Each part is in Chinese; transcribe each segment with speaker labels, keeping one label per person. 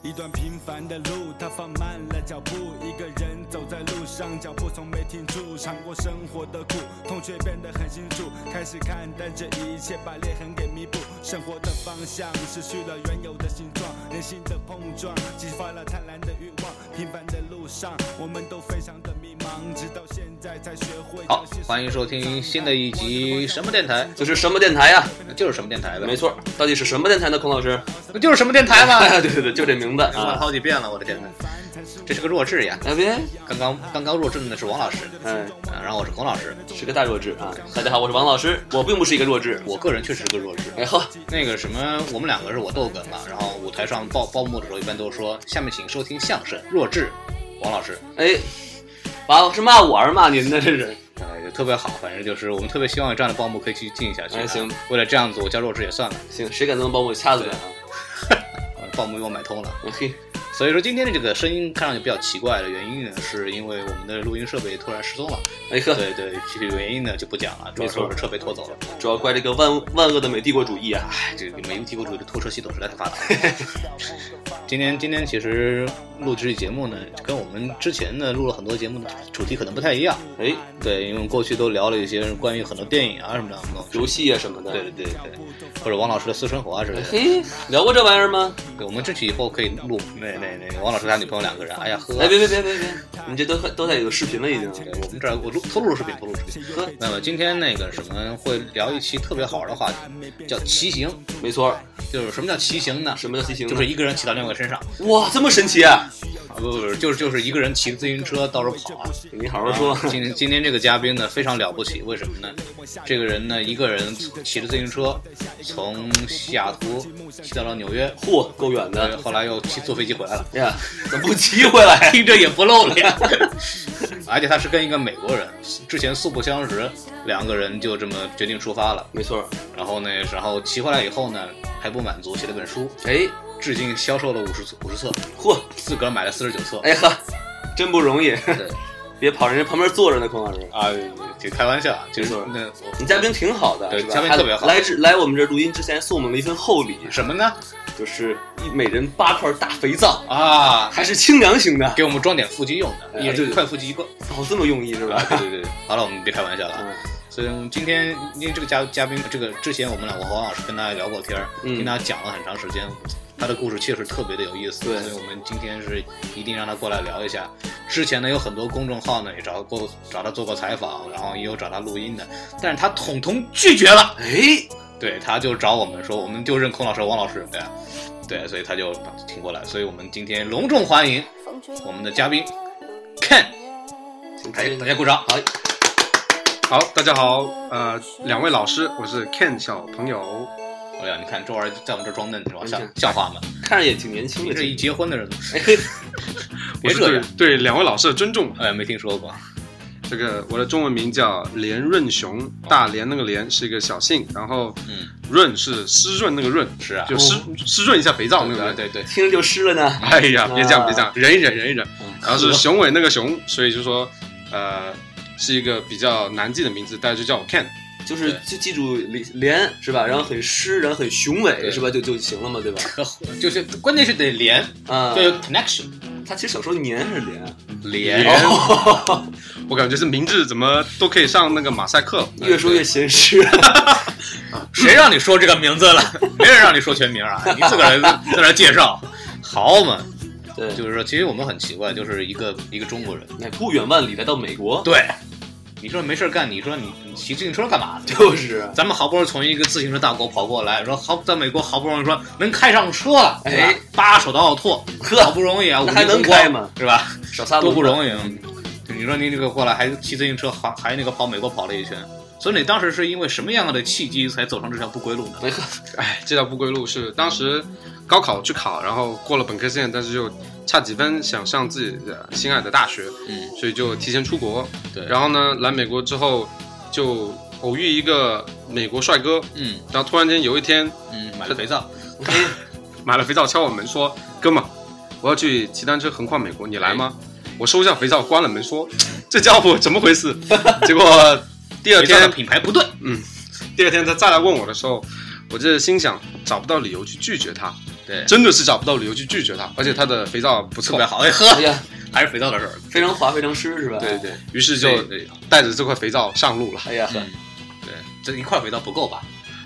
Speaker 1: 一段平凡的路，他放慢了脚步，一个人走在路上，脚步从没停住。尝过生活的苦，痛却变得很清楚。开始看淡这一切，把裂痕给弥补。生活的方向失去了原有的形状，人心的碰撞激发了灿烂的欲望。平凡的路上，我们都非常的迷茫，直到现在才学会。
Speaker 2: 好欢迎收听新的一集什么电台
Speaker 3: 就是什么电台呀、
Speaker 2: 那就是什么电台呗。
Speaker 3: 没，错，到底是什么电台呢？孔老师？
Speaker 2: 那就是什么电台嘛。
Speaker 3: 哎， 对对对，就这名字
Speaker 2: 说了
Speaker 3: 啊。
Speaker 2: 好几遍了，我的天呐，这是个弱智呀！
Speaker 3: 哎别，
Speaker 2: 刚刚刚刚弱智的是王老师，
Speaker 3: 哎，
Speaker 2: 啊，然后我是孔老师，
Speaker 3: 是个大弱智啊！大家好，我是王老师，我并不是一个弱智，
Speaker 2: 我
Speaker 3: 我
Speaker 2: 个人确实是个弱智。
Speaker 3: 哎呵，
Speaker 2: 那个什么，我们两个是我逗哏嘛，然后舞台上报报幕的时候，一般都说下面请收听相声弱智，王老师，
Speaker 3: 哎，完了是骂我还是骂您呢？这是
Speaker 2: 呃，就特别好，反正就是我们特别希望有这样的报幕可以去进下去、啊
Speaker 3: 哎行，
Speaker 2: 为了这样子，我叫弱智也算了，
Speaker 3: 行，谁敢能帮我掐死人啊？
Speaker 2: 呃报幕又买通了。
Speaker 3: 哎嘿，
Speaker 2: 所以说今天的这个声音看上去比较奇怪的原因呢，是因为我们的录音设备突然失踪了。
Speaker 3: 哎呵，
Speaker 2: 对对，具体原因呢就不讲了，主要是我
Speaker 3: 没
Speaker 2: 们
Speaker 3: 错
Speaker 2: 设备拖走了。
Speaker 3: 主要怪这个万万恶的美帝国主义啊！
Speaker 2: 哎，这个美国帝国主义的拖车系统实在太发达了。今天今天其实录这期节目呢，跟我们之前呢录了很多节目的主题可能不太一样。
Speaker 3: 哎，
Speaker 2: 对，因为我们过去都聊了一些关于很多电影啊什么的东西，
Speaker 3: 游戏啊什么的，
Speaker 2: 对对对对，或者王老师的私生活啊之类的。
Speaker 3: 嘿，聊过这玩意儿吗？
Speaker 2: 对我们争取以后可以录那那那个王老师他女朋友两个人，哎呀呵，
Speaker 3: 哎，别别别别别，你这都都在有视频了已经。
Speaker 2: 对我们这儿我录偷录视频，偷录视频。
Speaker 3: 呵，
Speaker 2: 那么今天那个什么会聊一期特别好玩的话题，叫骑行。
Speaker 3: 没错，
Speaker 2: 就是什么叫骑行呢？
Speaker 3: 什么叫骑行呢？
Speaker 2: 就是一个人骑到另外一个身上，
Speaker 3: 哇，这么神奇啊！
Speaker 2: 啊不不不，就是就是一个人骑自行车到处跑啊。
Speaker 3: 你好好说。
Speaker 2: 今天今天这个嘉宾呢非常了不起，为什么呢？这个人呢一个人骑着自行车从西雅图骑到了纽约，
Speaker 3: 嚯，够远
Speaker 2: 呃，
Speaker 3: 的
Speaker 2: 后来又骑坐飞机回来了，
Speaker 3: 哎呀，怎么不骑回 来？
Speaker 2: 听着也不露脸。而且他是跟一个美国人，之前素不相识，两个人就这么决定出发了。
Speaker 3: 没错，
Speaker 2: 然后呢，然后骑回来以后呢，还不满足，写了本书，
Speaker 3: 哎，
Speaker 2: 至今销售了五十五十册，
Speaker 3: 嚯，
Speaker 2: 自个儿买了四十九册。
Speaker 3: 哎呵，真不容易，
Speaker 2: 对，
Speaker 3: 别跑人家旁边坐着呢，孔老师。
Speaker 2: 啊，这开玩笑啊，其实
Speaker 3: 没错
Speaker 2: 那
Speaker 3: 你
Speaker 2: 我
Speaker 3: 嘉宾挺好的，
Speaker 2: 对
Speaker 3: 是吧
Speaker 2: 嘉宾特别好
Speaker 3: 来这来我们这录音之前送我们了一份厚礼，
Speaker 2: 什么呢？
Speaker 3: 就是一每人八块大肥皂，
Speaker 2: 啊，
Speaker 3: 还是清凉型的。
Speaker 2: 给我们装点腹肌用的，
Speaker 3: 哎
Speaker 2: 一
Speaker 3: 对
Speaker 2: 人
Speaker 3: 对
Speaker 2: 一块腹肌一个。
Speaker 3: 哦，这么用意是
Speaker 2: 啊
Speaker 3: 吧？，
Speaker 2: 对对对， 好了，我们别开玩笑了啊。
Speaker 3: 嗯
Speaker 2: 所以我们今天因为这个嘉嘉宾，这个之前我们两个黄老师跟大家聊过天儿，
Speaker 3: 嗯
Speaker 2: 跟大家讲了很长时间，他的故事确实特别的有意思，
Speaker 3: 对
Speaker 2: 所以我们今天是一定让他过来聊一下。之前呢，有很多公众号呢也找过找他做过采访，然后也有找他录音的，但是他统统拒绝了。
Speaker 3: 哎，
Speaker 2: 对，他就找我们说，我们就认孔老师、王老师，对、啊，对，所以他就挺过来，所以我们今天隆重欢迎我们的嘉宾 Ken，哎，大家鼓掌。
Speaker 3: 好，
Speaker 4: 好，大家好，呃，两位老师，我是 Ken 小朋友，
Speaker 2: 哎呀，你看这玩意儿在我们这儿装嫩，是吧？像
Speaker 3: 没事
Speaker 2: 像话吗？
Speaker 3: 看着也挺年轻
Speaker 2: 你
Speaker 3: 的。
Speaker 2: 这一结婚的人，
Speaker 3: 哎嘿，
Speaker 4: 我
Speaker 2: 别
Speaker 4: 是
Speaker 2: 这
Speaker 4: 对
Speaker 2: 样，
Speaker 4: 对两位老师的尊重。
Speaker 2: 哎，没听说过。
Speaker 4: 这个我的中文名叫连润雄，大连那个连是一个小姓，然后
Speaker 2: 哦嗯
Speaker 4: 润是湿润那个润，
Speaker 2: 是啊
Speaker 4: 就湿湿润一下肥皂那个
Speaker 2: 对
Speaker 4: 润。
Speaker 2: 对对，
Speaker 3: 听着就湿了呢。
Speaker 4: 哎呀，别这样
Speaker 3: 啊
Speaker 4: 别这样，忍一忍忍一忍。然后是
Speaker 3: 呵
Speaker 4: 雄伟那个雄，所以就说呃是一个比较难记的名字，大家就叫我 Ken。
Speaker 3: 就是就记住李连是吧？然后很湿，然后很
Speaker 2: 嗯
Speaker 3: 雄
Speaker 2: 对
Speaker 3: 伟是吧？就就行了嘛，对吧？
Speaker 2: 就是关键是得连，
Speaker 3: 啊，
Speaker 2: 就有 connection
Speaker 3: 他其实小时候年是连，
Speaker 2: 连哦
Speaker 4: 连
Speaker 3: 哦
Speaker 4: 我感觉这名字怎么都可以上那个马赛克了。
Speaker 3: 越说越咸湿。
Speaker 2: 谁让你说这个名字了？ 没人让你说全名啊，你自个儿在那儿介绍，好嘛？
Speaker 3: 对，
Speaker 2: 就是说，其实我们很奇怪，就是一个一个中国人，
Speaker 3: 哎不远万里来到美国，
Speaker 2: 对，你说没事儿干，你说你你骑自行车干嘛？
Speaker 3: 就是，
Speaker 2: 咱们好不容易从一个自行车大国跑过来，说好在美国好不容易说能开上车了，对吧
Speaker 3: 哎，
Speaker 2: 八手刀拓，
Speaker 3: 呵
Speaker 2: 好不容易啊，
Speaker 3: 那还
Speaker 2: 五
Speaker 3: 能
Speaker 2: 金宏光
Speaker 3: 开吗？
Speaker 2: 是吧？
Speaker 3: 少撒
Speaker 2: 多不
Speaker 3: 易。
Speaker 2: 容易。嗯你说你这个过来还骑自行车，还还那个跑美国跑了一圈，所以你当时是因为什么样的契机才走上这条不归路呢？
Speaker 3: 没喝，
Speaker 4: 哎，这条不归路是当时高考去考，然后过了本科线，但是就差几分想上自己的心爱的大学，
Speaker 2: 嗯，
Speaker 4: 所以就提前出国。
Speaker 2: 对，
Speaker 4: 然
Speaker 2: 后
Speaker 4: 后呢，来美国之后就偶遇一个美国帅哥，
Speaker 2: 嗯
Speaker 4: 然后突然间有一天
Speaker 2: 嗯，买了肥皂，
Speaker 4: 买了肥皂敲我门说：“哥们儿，我要去骑单车横跨美国，你来吗？”
Speaker 2: 哎
Speaker 4: 我收下肥皂，关了门说：“这家伙怎么回事？” 结果第二
Speaker 2: 肥皂的
Speaker 4: 天，
Speaker 2: 品牌不对，
Speaker 4: 第二天他再来问我的时候，我这心想找不到理由去拒绝他，
Speaker 2: 对，
Speaker 4: 真的是找不到理由去拒绝他，而且他的肥皂不
Speaker 2: 特
Speaker 4: 错
Speaker 2: 别。好，哎喝，
Speaker 3: 哎呀，
Speaker 2: 还是肥皂的事儿，
Speaker 3: 非常滑，非常湿，是吧？
Speaker 4: 对对，于是就
Speaker 2: 对对
Speaker 4: 带着这块肥皂上路了，
Speaker 3: 哎呀，
Speaker 2: 嗯，对，这一块肥皂不够吧？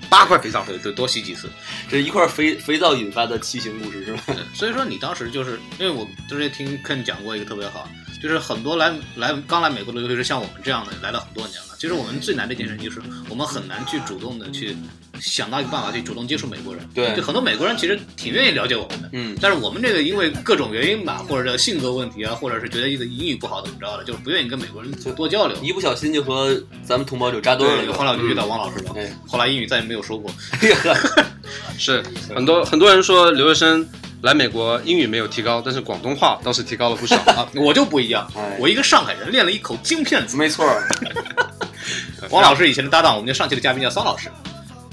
Speaker 4: 八块肥皂。
Speaker 2: 对，多多洗几次。
Speaker 3: 这一块肥肥皂引发的畸形故事是吧？
Speaker 2: 对 所以说你当时就是因为我之前听 Ken 讲过一个特别好，就是很多来来刚来美国的，尤其是像我们这样的来了很多年了，其实我们最难的一件事情就是我们很难去主动的去想到一个办法去主动接触美国人。
Speaker 3: 对
Speaker 2: 就很多美国人其实挺愿意了解我们的。
Speaker 3: 嗯，
Speaker 2: 但是我们这个因为各种原因吧，或者性格问题啊，或者是觉得一个英语不好怎么着的，就不愿意跟美国人多交流。
Speaker 3: 一不小心就和咱们同胞就扎堆
Speaker 2: 对，
Speaker 3: 儿了，
Speaker 2: 后来我就遇到王老师了，
Speaker 3: 哎
Speaker 2: 后来英语再也没有说过。
Speaker 4: 是很多很多人说留学生来美国英语没有提高，但是广东话倒是提高了不少。
Speaker 2: 啊，我就不一样
Speaker 3: 哎，
Speaker 2: 我一个上海人练了一口京片子。
Speaker 3: 没错儿，
Speaker 2: 王老师以前的搭档，我们就上期的嘉宾叫桑老师，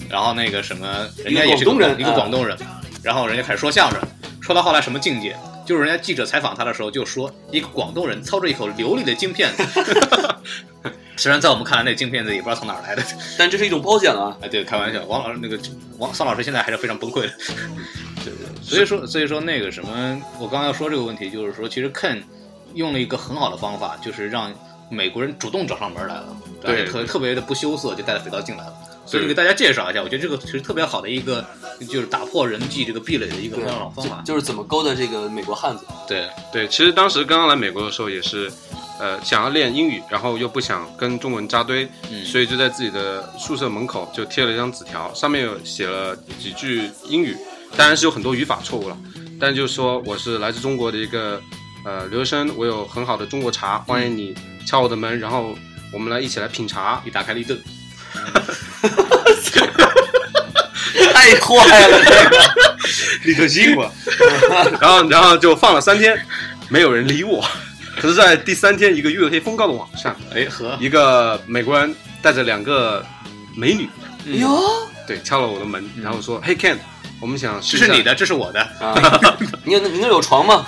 Speaker 2: 然后那个什么，人家也是
Speaker 3: 一个广东人
Speaker 2: 一个
Speaker 3: 啊
Speaker 2: 广东人，然后人家开始说相声，说到后来什么境界，就是人家记者采访他的时候就说，一个广东人操着一口流利的京 片 子，虽然在我们看来那京片子也不知道从哪儿来的，
Speaker 3: 但这是一种褒奖啊。
Speaker 2: 哎，对，开玩笑，王老师那个王桑老师现在还是非常崩溃的。 对对，所以说所以说那个什么，我刚刚要说这个问题，就是说其实 Ken 用了一个很好的方法，就是让美国人主动找上门来了，
Speaker 4: 对
Speaker 2: 而且特特别的不羞涩，就带着肥皂进来了。所以给大家介绍一下，我觉得这个其实特别好的一个，就是打破人际这个壁垒的一个
Speaker 3: 对
Speaker 2: 很好的方法。
Speaker 3: 就是怎么勾搭这个美国汉子，
Speaker 2: 对
Speaker 4: 对，其实当时刚刚来美国的时候也是，呃，想要练英语，然后又不想跟中文扎堆，
Speaker 2: 嗯
Speaker 4: 所以就在自己的宿舍门口就贴了一张纸条，上面有写了几句英语，当然是有很多语法错误了，但就是说我是来自中国的一个呃留学生，我有很好的中国茶，欢迎你敲我的门，然后我们来一起来品 茶。
Speaker 2: 你打开了一顿，
Speaker 3: 太坏 了，这个
Speaker 4: 你可信我？然后然后就放了三天，没有人理我。 可是，在第三天一个月黑风高的晚上，
Speaker 2: 哎和
Speaker 4: 一个美国人带着两个美女，
Speaker 3: 哎呦
Speaker 4: 对，敲了我的门，然后说：“Hey Ken，我们想试
Speaker 2: 这
Speaker 4: 一下。”
Speaker 2: 是你的，这是我的，
Speaker 3: 啊！你有你那有床吗？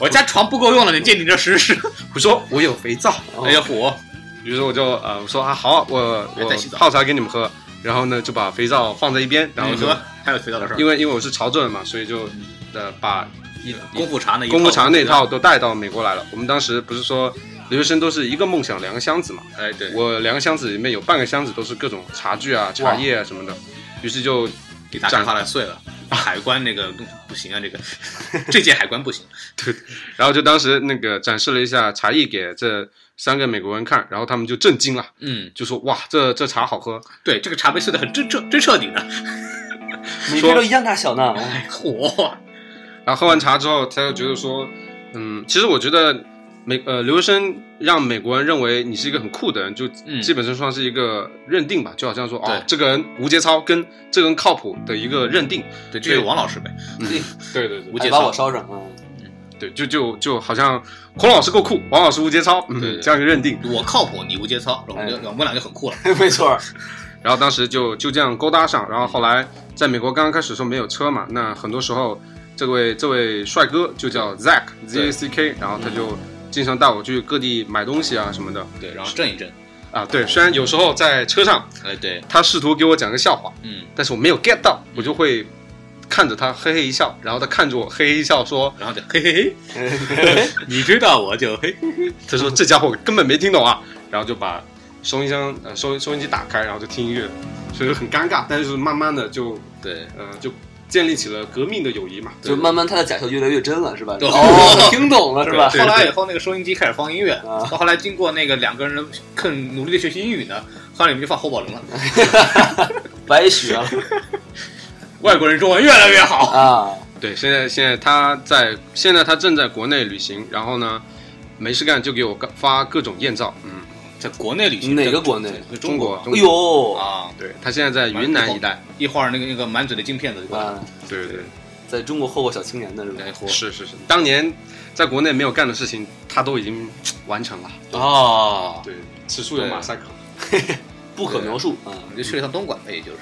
Speaker 2: 我家床不够用了，你借你这试试。
Speaker 4: 我说我有肥皂。
Speaker 3: 哦
Speaker 2: 哎呀火，
Speaker 4: 于是我就呃我说啊好，我
Speaker 2: 哎
Speaker 4: 我
Speaker 2: 在洗澡嗯
Speaker 4: 泡茶给你们喝。然后呢，就把肥皂放在一边，然后
Speaker 2: 你
Speaker 4: 就
Speaker 2: 说还有肥皂的事儿，
Speaker 4: 因为因为我是潮州人嘛，所以就呃把一
Speaker 2: 功夫茶那嗯一
Speaker 4: 功夫
Speaker 2: 套
Speaker 4: 茶那套都带到美国来了。我们当时不是说留学生都是一个梦想两个箱子嘛？
Speaker 2: 哎对，
Speaker 4: 我两个箱子里面有半个箱子都是各种茶具啊、茶叶啊什么的，于是就
Speaker 2: 给大家
Speaker 4: 展
Speaker 2: 发来碎 了。海关那个不行啊，这个 这届海关不行。
Speaker 4: 然后就当时那个展示了一下茶艺给这三个美国人看，然后他们就震惊了，
Speaker 2: 嗯，
Speaker 4: 就说哇，这这茶好喝。
Speaker 2: 对，这个茶杯碎的很真彻真彻底的，
Speaker 3: 你这都一样大小呢，哎
Speaker 2: 火。
Speaker 4: 然后喝完茶之后，他就觉得说，嗯，其实我觉得美呃留学生让美国人认为你是一个很酷的人，就
Speaker 2: 嗯
Speaker 4: 基本上算是一个认定吧，就好像说
Speaker 2: 对
Speaker 4: 哦，这个人无节操跟这个人靠谱的一个认定。
Speaker 2: 对，这就是王老师呗。
Speaker 4: 对对对
Speaker 2: 无节
Speaker 3: 哎把
Speaker 2: 操
Speaker 3: 我。烧上啊！
Speaker 4: 对，就就就好像孔老师够酷，王老师无节操，嗯，
Speaker 2: 对对
Speaker 4: 这样一个认定。
Speaker 2: 我靠谱，你无节操，我们就
Speaker 3: 哎
Speaker 2: 我们俩就很酷了。
Speaker 3: 没错儿，
Speaker 4: 然后当时就就这样勾搭上，然后后来在美国刚刚开始的时候没有车嘛，那很多时候这位这位帅哥就叫 Zack Z
Speaker 2: 对
Speaker 4: A C K，然后他就经常带我去各地买东西啊什么的
Speaker 2: 对，然后震一震。
Speaker 4: 啊。对，虽然有时候在车上
Speaker 2: 哎，对，
Speaker 4: 他试图给我讲个笑话，
Speaker 2: 嗯，
Speaker 4: 但是我没有 get 到，我就会看着他嘿嘿一笑，然后他看着我嘿嘿一笑说
Speaker 2: 然后就嘿嘿嘿， 你知道我就嘿。：“
Speaker 4: 他说这家伙根本没听懂啊。”然后就把收音箱呃收收音机打开，然后就听音乐，所以就很尴尬，但是慢慢的就
Speaker 2: 对，
Speaker 4: 呃，就建立起了革命的友谊嘛。对
Speaker 3: 就慢慢他的假球越来越真了，是 吧？
Speaker 2: 对
Speaker 3: 哦，听懂了是吧？
Speaker 2: 后来以后，那个收音机开始放音乐，
Speaker 3: 啊
Speaker 2: 到后来经过那个两个人更努力的学习英语呢，后来你们就放侯宝林了。
Speaker 3: 白学 了
Speaker 2: 外国人中文越来越好，
Speaker 3: 啊！
Speaker 4: 对，现在现在他在现在他正在国内旅行，然后呢，没事干就给我发各种艳照。嗯，
Speaker 2: 在国内旅行
Speaker 3: 哪个国内？
Speaker 2: 在中
Speaker 4: 中国
Speaker 2: 国
Speaker 4: 中
Speaker 3: 哎呦
Speaker 2: 啊，
Speaker 4: 对他现在在云南一带。
Speaker 2: 一会儿那个那个满嘴的金片子就过来了。
Speaker 3: 啊，
Speaker 4: 对对
Speaker 3: 在中国获过小青年的是吧？
Speaker 2: 哎，
Speaker 4: 对，是是是，当年在国内没有干的事情，他都已经完成了。
Speaker 3: 哦，
Speaker 4: 对，此处有马赛克。
Speaker 3: 不可描述啊！
Speaker 2: 我就去了趟东莞呗，也就是。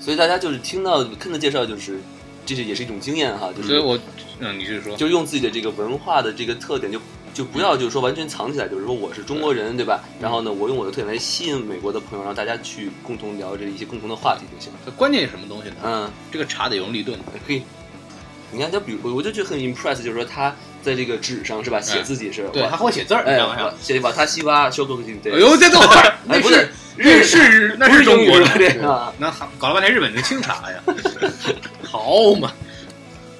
Speaker 3: 所以大家就是听到看的介绍，就是这是也是一种经验哈，就
Speaker 2: 所以
Speaker 3: 是
Speaker 2: 我，嗯，你是说，
Speaker 3: 就是用自己的这个文化的这个特点就。就不要就是说完全藏起来，就是说我是中国人，对吧？
Speaker 2: 嗯
Speaker 3: 然后呢，我用我的特点来吸引美国的朋友，让大家去共同聊这一些共同的话题就行了。
Speaker 2: 关键是什么东西呢？
Speaker 3: 嗯，
Speaker 2: 这个茶得用立顿，
Speaker 3: 可以。你看，他比我我就觉得很 impress，就是说他在这个纸上是吧，写自己是，
Speaker 2: 对，
Speaker 3: 哇
Speaker 2: 还哦会写字儿，你知
Speaker 3: 哎
Speaker 2: 道吗？，
Speaker 3: 写瓦塔西娃修克克金，对，
Speaker 2: 哎呦，这等会儿，
Speaker 3: 哎，
Speaker 2: 那
Speaker 3: 不是
Speaker 2: 是那是那是中国
Speaker 3: 的
Speaker 2: 的，
Speaker 3: 对 啊，
Speaker 2: 那搞了半天日本的清茶呀， 好嘛，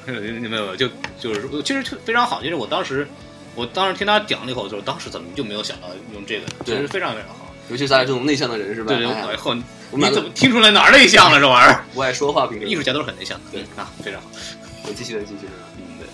Speaker 2: 没有没有，就就是其实非常好，就是我当时我当时听他讲了以后，就是当时怎么就没有想到用这个，其
Speaker 3: 对
Speaker 2: 实非常非常好。
Speaker 3: 尤其是咱俩这种内向的人是吧？
Speaker 2: 对对，
Speaker 3: 哎
Speaker 2: 我以
Speaker 3: 呀
Speaker 2: 后你
Speaker 3: 我们俩
Speaker 2: 怎
Speaker 3: 都
Speaker 2: 么听出来哪儿内向了？这玩意儿，
Speaker 3: 不爱说话，平时
Speaker 2: 艺术家都是很内向的，
Speaker 3: 对
Speaker 2: 啊，非常好。
Speaker 3: 我继续来继续来，
Speaker 2: 嗯，对。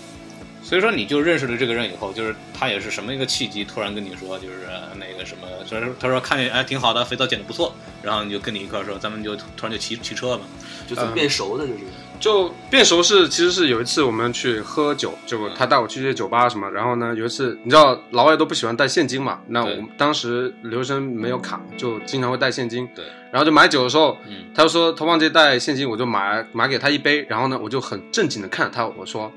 Speaker 2: 所以说，你就认识了这个人以后，就是他也是什么一个契机，突然跟你说，就是、呃那个什么，他说他说看见哎挺好的，肥皂剪得不错，然后你就跟你一块儿说，咱们就突然就骑骑车了。
Speaker 3: 就怎么变熟的，就是
Speaker 4: 就变熟是，其实是有一次我们去喝酒，就他带我去一些酒吧什么，然后呢，有一次你知道老外都不喜欢带现金嘛，那我
Speaker 2: 对
Speaker 4: 们当时留学生没有卡，就经常会带现金，
Speaker 2: 对，
Speaker 4: 然后就买酒的时候，
Speaker 2: 嗯，
Speaker 4: 他就说他忘记带现金，我就买买给他一杯，然后呢，我就很正经的看他，我说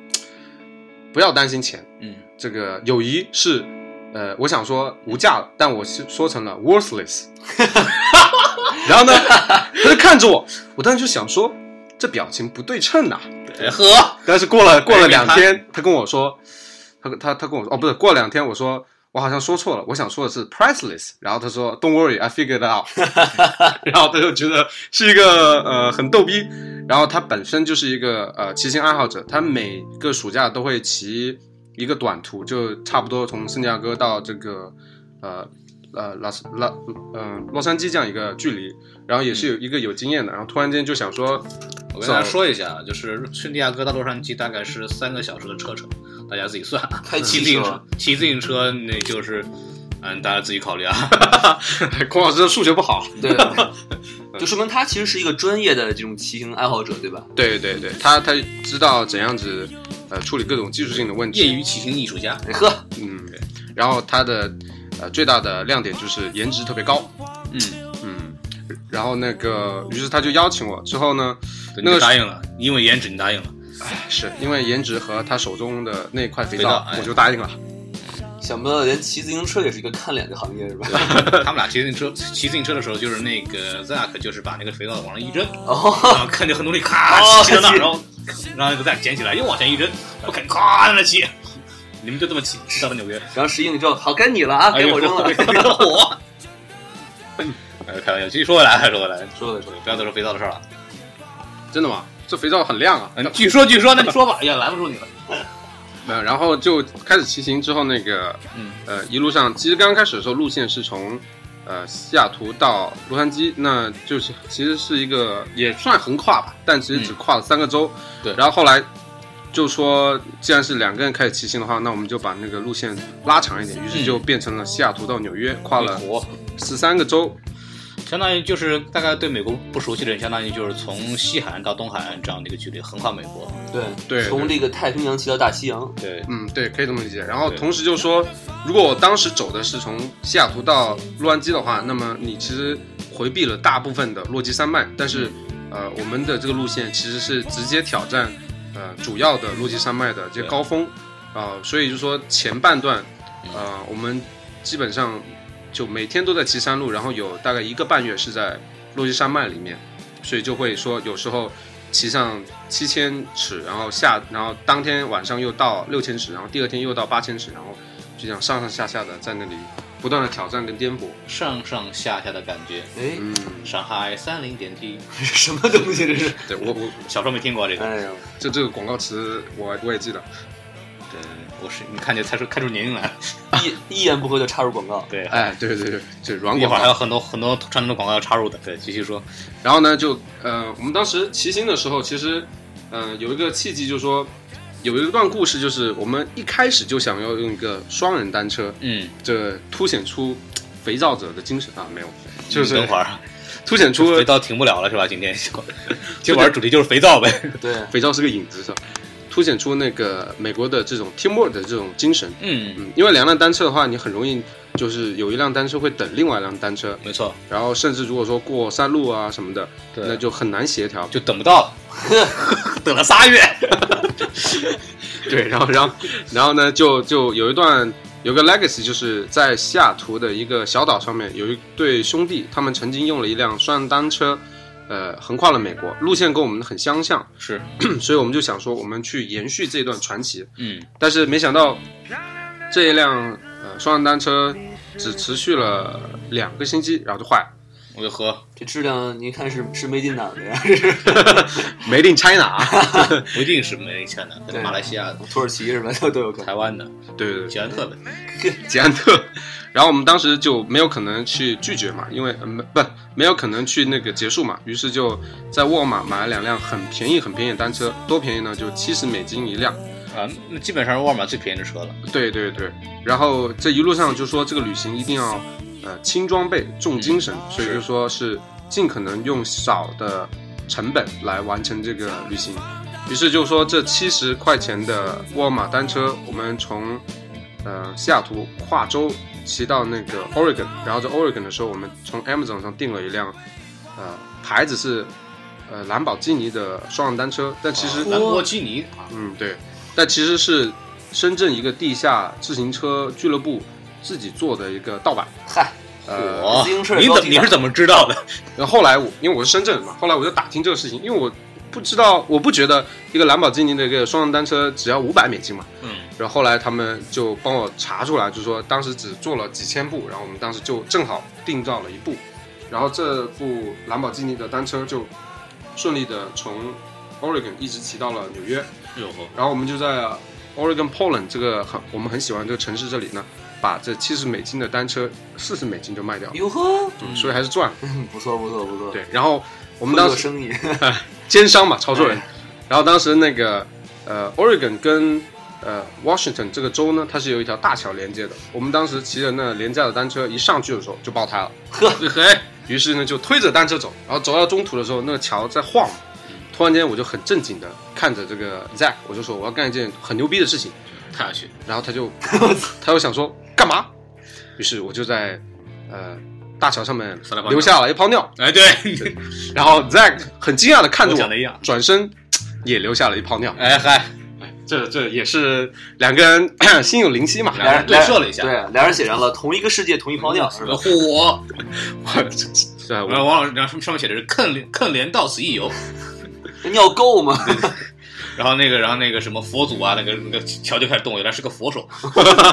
Speaker 4: 不要担心钱，
Speaker 2: 嗯，
Speaker 4: 这个友谊是，呃，我想说无价的，但我是说成了 worthless。然后呢，他就看着我，我当时就想说，这表情不对称呐、
Speaker 2: 别哎喝，
Speaker 4: 但是过了过了
Speaker 2: 明白
Speaker 4: 两天，他跟我说，他他他跟我说，哦，不是，过了两天我说。我好像说错了，我想说的是 priceless，然后他说 Don't worry, I figured it out，然后他就觉得是一个呃很逗逼，然后他本身就是一个呃骑行爱好者，他每个暑假都会骑一个短途，就差不多从圣地亚哥到这个呃呃拉斯拉呃洛杉矶这样一个距离，然后也是有一个有经验的，然后突然间就想说，
Speaker 2: 我跟大家说一下，就是圣地亚哥到洛杉矶大概是三个小时的车程，大家自己 算啊。
Speaker 3: 开
Speaker 2: 骑
Speaker 3: 汽
Speaker 2: 自行
Speaker 3: 车
Speaker 2: 车，，骑自行车那就是，嗯，大家自己考虑啊。
Speaker 4: 哎孔老师的数学不好，
Speaker 3: 对， 就说明他其实是一个专业的这种骑行爱好者，对吧？
Speaker 4: 对对对，他他知道怎样子呃处理各种技术性的问
Speaker 2: 业
Speaker 4: 题，
Speaker 2: 余骑行艺术家，
Speaker 3: 哎呵，
Speaker 4: 嗯，然后他的呃最大的亮点就是颜值特别高，
Speaker 2: 嗯，
Speaker 4: 嗯，然后那个于是他就邀请我，之后呢，
Speaker 2: 对
Speaker 4: 那
Speaker 2: 你
Speaker 4: 个
Speaker 2: 就答应了，因为颜值你答应了，
Speaker 4: 是因为颜值和他手中的那块肥
Speaker 2: 肥皂
Speaker 4: 皂，
Speaker 2: 哎
Speaker 4: 我就答应了。
Speaker 3: 想不到连骑自行车也是一个看脸的行业，是吧？
Speaker 2: 他们俩骑自行车骑自行车的时候，就是那个 Zack 就是把那个肥皂往上一扔，
Speaker 3: 哦，
Speaker 2: 然后看就很努力，咔
Speaker 3: 哦
Speaker 2: 骑到那儿，
Speaker 3: 骑
Speaker 2: 然后然后那个 Zack 捡起来又往前一扔，不肯，咔在那骑。你们就这么骑骑到了纽约，
Speaker 3: 然后十英里之后，好该你了啊，
Speaker 2: 哎
Speaker 3: 给
Speaker 2: 呦
Speaker 3: 我扔了。
Speaker 2: 啊给了 我。呃，开玩笑，继续说回来，说回来，
Speaker 3: 说了说了，
Speaker 2: 不要再说肥皂的事儿了。
Speaker 4: 真的吗？这肥皂很亮啊！
Speaker 2: 嗯，据说据说，那你说吧，哎呀，拦不住你了。
Speaker 4: 没呃有，然后就开始骑行之后，那个
Speaker 2: 嗯
Speaker 4: 呃一路上，其实刚开始的时候路线是从呃西雅图到洛杉矶，那就是其实是一个也算横跨吧，但其实只跨了三个州。
Speaker 2: 嗯对
Speaker 4: 然后后来就说，既然是两个人开始骑行的话，那我们就把那个路线拉长一点，于是
Speaker 2: 嗯
Speaker 4: 就变成了西雅图到纽约，跨了
Speaker 2: 美国
Speaker 4: 十三个州。
Speaker 2: 相当于就是大概对美国不熟悉的人，相当于就是从西海岸到东海岸这样的一个距离，横跨美国。
Speaker 3: 对
Speaker 4: 对对
Speaker 3: 从这个太平洋骑到大西洋，
Speaker 2: 对，
Speaker 4: 嗯，对，可以这么理解。然后
Speaker 2: 对
Speaker 4: 同时就说，如果我当时走的是从西雅图到洛杉矶的话，那么你其实回避了大部分的落基山脉，但
Speaker 2: 嗯
Speaker 4: 是呃，我们的这个路线其实是直接挑战呃主要的落基山脉的这些
Speaker 2: 对
Speaker 4: 高峰啊、所以就说前半段
Speaker 2: 嗯
Speaker 4: 呃，我们基本上就每天都在骑山路，然后有大概一个半月是在落基山脉里面，所以就会说有时候骑上七千尺，然后下，然后当天晚上又到六千尺，然后第二天又到八千尺，然后就这样上上下下的在那里不断的挑战跟颠簸。
Speaker 2: 上上下下的感觉。
Speaker 3: 哎，
Speaker 4: 嗯，
Speaker 2: 上海三菱电梯，
Speaker 3: 这是 什么东西这是？
Speaker 4: 对我我
Speaker 2: 小时候没听过这个。
Speaker 3: 哎呦，
Speaker 4: 这这个广告词我我也记得。
Speaker 2: 对，我是你看见猜出看出年龄来了。
Speaker 3: 一一言不合就插入广告。
Speaker 2: 对，
Speaker 4: 哎，对对对，这软
Speaker 2: 一会
Speaker 4: 广
Speaker 2: 儿还有
Speaker 4: 告。
Speaker 2: 很多很多传统的广告要插入的。对，继续说。
Speaker 4: 然后呢，就呃，我们当时骑行的时候，其实呃有一个契机，就是说有一段故事，就是我们一开始就想要用一个双人单车，
Speaker 2: 嗯，
Speaker 4: 这凸显出肥皂者的精神啊，没有，就
Speaker 2: 嗯你
Speaker 4: 是
Speaker 2: 等会儿，
Speaker 4: 凸显出
Speaker 2: 肥皂停不了了是吧？今天 今晚主题就是肥皂呗。
Speaker 3: 对，
Speaker 4: 肥皂是个影子是吧？凸显出那个美国的这种 teamwork 的这种精神。
Speaker 2: 嗯，
Speaker 4: 嗯，因为两辆单车的话，你很容易就是有一辆单车会等另外一辆单车，
Speaker 2: 没错，
Speaker 4: 然后甚至如果说过山路啊什么的，
Speaker 2: 对
Speaker 4: 那就很难协调。
Speaker 2: 就等不到了， 等了仨月。
Speaker 4: 对，然后然后 然后呢，就就有一段有个 legacy，就是在西雅图的一个小岛上面，有一对兄弟，他们曾经用了一辆双人单车，呃，横跨了美国，路线跟我们很相像，
Speaker 2: 是，
Speaker 4: 所以我们就想说，我们去延续这段传奇。
Speaker 2: 嗯，
Speaker 4: 但是没想到这一辆呃双人单车只持续了两个星期，然后就坏了。
Speaker 2: 我就喝，
Speaker 3: 这质量您看是是没进哪儿的呀？这是
Speaker 4: Made in China 啊，
Speaker 2: 不一定是没钱的，可能
Speaker 3: 对
Speaker 2: 马来西亚的、
Speaker 3: 土耳其是吧？都都有可
Speaker 2: 台
Speaker 3: 能。
Speaker 2: 湾的、
Speaker 4: 对对
Speaker 2: 捷
Speaker 4: 对，
Speaker 2: 安特的，
Speaker 3: 嗯
Speaker 4: 捷安特。然后我们当时就没有可能去拒绝嘛，因为呃没、不没有可能去那个结束嘛，于是就在沃尔玛买了两辆很便宜很便宜的单车，多便宜呢？就七十美金一辆。
Speaker 2: 啊，那基本上是沃尔玛最便宜的车了。
Speaker 4: 对对对，然后这一路上就说这个旅行一定要呃轻装备重精神，所以就说是尽可能用少的成本来完成这个旅行。于是就说这七十块钱的沃尔玛单车，我们从呃西雅图跨州骑到那个 Oregon，然后在 Oregon 的时候，我们从 Amazon 上订了一辆呃牌子是呃兰博基尼的双人单车，但其实
Speaker 2: 兰博基尼啊，
Speaker 4: 嗯，对，但其实是深圳一个地下自行车俱乐部自己做的一个盗版。
Speaker 3: 嗨，
Speaker 4: 呃，
Speaker 2: 我
Speaker 3: 自行车也
Speaker 2: 你
Speaker 3: 高
Speaker 2: 怎么
Speaker 3: 级
Speaker 2: 你是怎么知道的？
Speaker 4: 然后后来我因为我是深圳人嘛，后来我就打听这个事情，因为我不知道，我不觉得一个兰博基尼的一个双人单车只要五百美金嘛。
Speaker 2: 嗯，
Speaker 4: 然后后来他们就帮我查出来，就说当时只做了几千部，然后我们当时就正好订造了一部，然后这部兰博基尼的单车就顺利的从 Oregon 一直骑到了纽约。
Speaker 3: 哎
Speaker 2: 哟呵，
Speaker 4: 然后我们就在 Oregon Portland 这个很我们很喜欢这个城市这里呢，把这七十美金的单车四十美金就卖掉了，
Speaker 3: 哟呵，
Speaker 4: 嗯所以还是赚了。
Speaker 3: 嗯不错不错不错。
Speaker 4: 对，然后我
Speaker 3: 我
Speaker 4: 们当时
Speaker 3: 生意
Speaker 4: 奸商嘛，炒作
Speaker 3: 哎
Speaker 4: 人。然后当时那个呃 Oregon 跟呃 Washington 这个州呢，它是有一条大桥连接的。我们当时骑着那廉价的单车一上去的时候就爆胎了，
Speaker 3: 呵
Speaker 4: 嘿，于是呢就推着单车走，然后走到中途的时候，那个桥在晃嘛。
Speaker 3: 嗯
Speaker 4: 突然间我就很正经的看着这个 Zack，我就说我要干一件很牛逼的事情。
Speaker 2: 太有趣，
Speaker 4: 然后 他就他又想说干嘛？于是我就在呃大桥上面
Speaker 2: 撒了泡尿
Speaker 4: 留下了一泡尿，
Speaker 2: 哎，对，
Speaker 4: 然后 Zack 很惊讶的看着
Speaker 2: 我
Speaker 4: 我，
Speaker 2: 讲的一样
Speaker 4: 转身也留下了一泡 尿。
Speaker 2: 哎嗨，
Speaker 4: 这这也是两个人 心有灵犀嘛。
Speaker 2: 俩人对射了一下
Speaker 3: 对，俩人写上了同一个世界同一泡尿，是
Speaker 2: 呃
Speaker 3: 吧？
Speaker 2: 嚯！
Speaker 4: 对，
Speaker 2: 然
Speaker 4: 我
Speaker 2: 后王老师，然后上上面写的是“坑连坑连到此一游
Speaker 3: 这尿够吗？”，
Speaker 2: 然后那个，然后那个什么佛祖啊，那个那个桥就开始动，原来是个佛 手，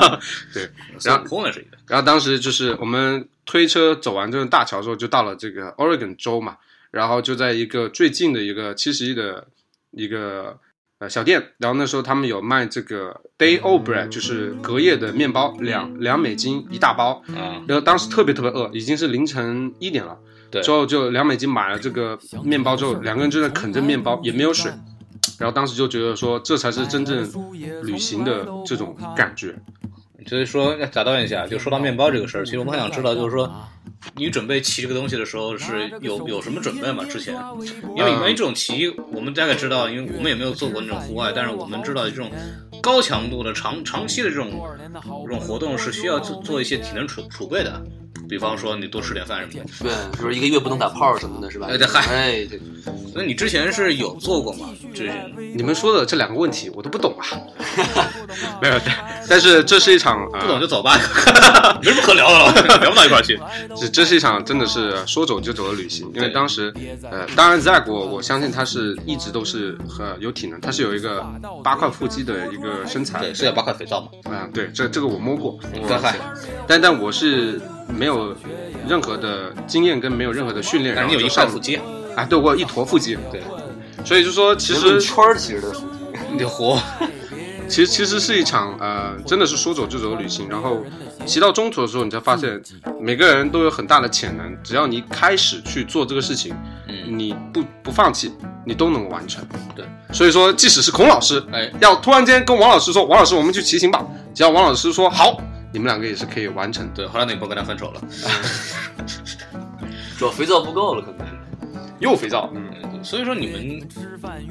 Speaker 4: 对。
Speaker 2: 孙悟空那是一个，
Speaker 4: 然后当时就是我们推车走完这个大桥之后，就到了这个 Oregon 州嘛，然后就在一个最近的一个七十一的一个呃小店，然后那时候他们有卖这个 day old bread，就是隔夜的面包，两两美金一大包。
Speaker 2: 嗯，
Speaker 4: 然后当时特别特别饿，已经是凌晨一点了。
Speaker 2: 对
Speaker 4: 之后就两美金买了这个面包之后，两个人就在啃着面包，也没有水。然后当时就觉得说，这才是真正旅行的这种感觉。
Speaker 2: 所以说打断一下，就说到面包这个事儿，其实我们很想知道，就是说
Speaker 4: 啊
Speaker 2: 你准备骑这个东西的时候是有有什么准备吗？之前，因为因
Speaker 5: 嗯
Speaker 2: 为这种骑，我们大概知道，因为我们也没有做过那种户外，但是我们知道这种高强度的长长期的这种这种活动是需要做做一些体能储储备的，比方说你多吃点饭什么的。
Speaker 3: 对，比如一个月不能打炮什么的，是吧？
Speaker 2: 哎对嗨
Speaker 3: 哎，对
Speaker 2: 那你之前是有做过吗？这
Speaker 4: 你们说的这两个问题我都不懂啊，没有，但但是这是一场
Speaker 2: 不懂
Speaker 4: 啊，
Speaker 2: 就走吧， 没什么可聊的了， 聊不到一块儿去。
Speaker 4: 这这呃是一场真的是呃说走就走的旅行，因为
Speaker 2: 对
Speaker 4: 当时呃，当然在国我相信他是一直都是呃有体能，他是有一个八块腹肌的一个个身材
Speaker 5: 对，是要八块肥皂嘛？
Speaker 4: 啊，对，这这个我摸过，
Speaker 5: 干嗨，
Speaker 4: 但但我是没有任何的经验跟没有任何的训练，
Speaker 2: 但
Speaker 4: 然
Speaker 2: 是
Speaker 4: 后
Speaker 2: 你有
Speaker 4: 就
Speaker 2: 一块
Speaker 4: 上
Speaker 2: 腹肌啊，
Speaker 4: 啊，对我有一坨腹肌，
Speaker 5: 对，
Speaker 4: 所以就说其
Speaker 3: 论
Speaker 4: 实
Speaker 3: 圈儿其实都是腹肌。
Speaker 2: 你就活。
Speaker 4: 其实其实是一场呃，真的是说走就走的旅行。然后骑到中途的时候，你才发现每个人都有很大的潜能，只要你开始去做这个事情，
Speaker 2: 嗯，
Speaker 4: 你不不放弃，你都能完成。
Speaker 2: 对，
Speaker 4: 所以说即使是孔老师，
Speaker 2: 哎，
Speaker 4: 要突然间跟王老师说，王老师我们去骑行吧，只要王老师说好，你们两个也是可以完成的。
Speaker 2: 对，后来那朋友跟他分手了，
Speaker 3: 主要肥皂不够了，可能是。
Speaker 4: 又肥皂，嗯。
Speaker 2: 对所以说你们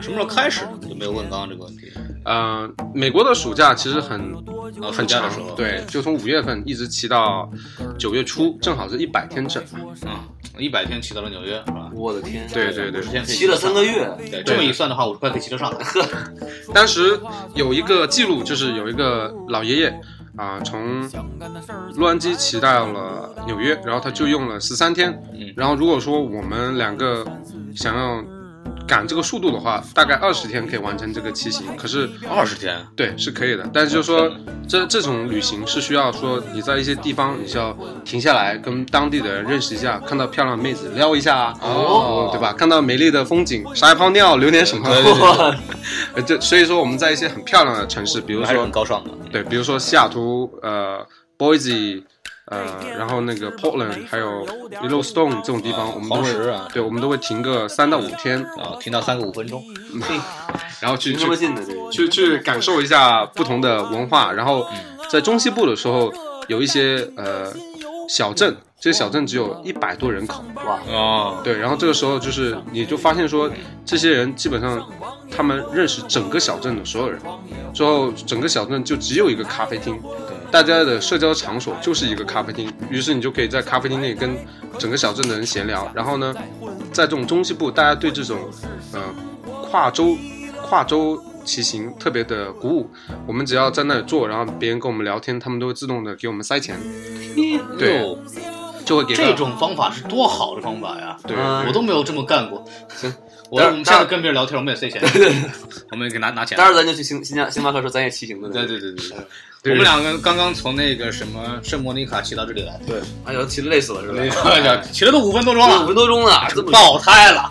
Speaker 2: 什么时候开始呢？就没有问刚刚这个问题。
Speaker 4: 呃，美国的暑假其实很
Speaker 2: 啊暑
Speaker 4: 很
Speaker 2: 假
Speaker 4: 长
Speaker 2: 的时候，，
Speaker 4: 对，就从五月份一直骑到九月初，正好是一百天整。
Speaker 2: 啊，一百天骑到了纽约，是吧？
Speaker 3: 我的天，
Speaker 4: 对对对
Speaker 2: 50天可以
Speaker 3: 骑了三个月，
Speaker 2: 对，这么一算的话，五十块可以骑车上来。
Speaker 4: 当时有一个记录，就是有一个老爷爷啊、从洛杉矶骑到了纽约，然后他就用了十三天。
Speaker 2: 嗯
Speaker 4: 然后如果说我们两个想要赶这个速度的话，大概二十天可以完成这个骑行。可是
Speaker 2: 二十天，
Speaker 4: 对，是可以的，但是就是说，这这种旅行是需要说你在一些地方，你是要停下来跟当地的人认识一下，看到漂亮妹子撩一下啊，
Speaker 3: 哦
Speaker 4: 对吧？看到美丽的风景，撒一泡尿，流点什么？
Speaker 2: 对对
Speaker 3: 哇，
Speaker 4: 呃，这所以说我们在一些很漂亮的城市，比如
Speaker 2: 还是
Speaker 4: 说
Speaker 2: 很高尚的。
Speaker 4: 对，比如说西雅图，呃，Boise，呃，然后那个 Portland，还有 Yellowstone 这种地方，我们都
Speaker 2: 黄
Speaker 4: 会
Speaker 2: 石啊
Speaker 4: 对，我们都会停个三到五天，
Speaker 2: 啊，听到三个五分钟，
Speaker 4: 然后去
Speaker 3: 凭
Speaker 4: 去
Speaker 3: 什么进的这个？
Speaker 4: 去去感受一下不同的文化。然后在中西部的时候，有一些呃小镇，这些小镇只有一百多人口，
Speaker 3: 哇，
Speaker 2: 哦，
Speaker 4: 对。然后这个时候就是你就发现说，这些人基本上他们认识整个小镇的所有人，最后整个小镇就只有一个咖啡厅。大家的社交场所就是一个咖啡厅，于是你就可以在咖啡厅内跟整个小镇的人闲聊。然后呢，在这种中西部，大家对这种呃跨州跨州骑行特别的鼓舞。我们只要在那里坐，然后别人跟我们聊天，他们都会自动的给我们塞钱，对
Speaker 2: 哟
Speaker 4: 就会给
Speaker 2: 哎这
Speaker 4: 个
Speaker 2: 种方法是多好的方法呀！
Speaker 4: 对
Speaker 3: 嗯
Speaker 2: 我都没有这么干过。我
Speaker 3: 当然
Speaker 2: 我们下次跟别人聊天，我们也塞钱，我们也给拿拿钱。
Speaker 3: 待会儿咱就去星星巴星巴克说咱也骑行的。
Speaker 2: 对对对对对，
Speaker 4: 对
Speaker 2: 我们两个刚刚从那个什么圣莫妮卡骑到这里来，哎
Speaker 3: 对，哎呦，骑的累死了是吧？
Speaker 2: 骑了都五分多钟
Speaker 3: 五分
Speaker 2: 了，
Speaker 3: 多钟了，这么
Speaker 2: 爆胎了，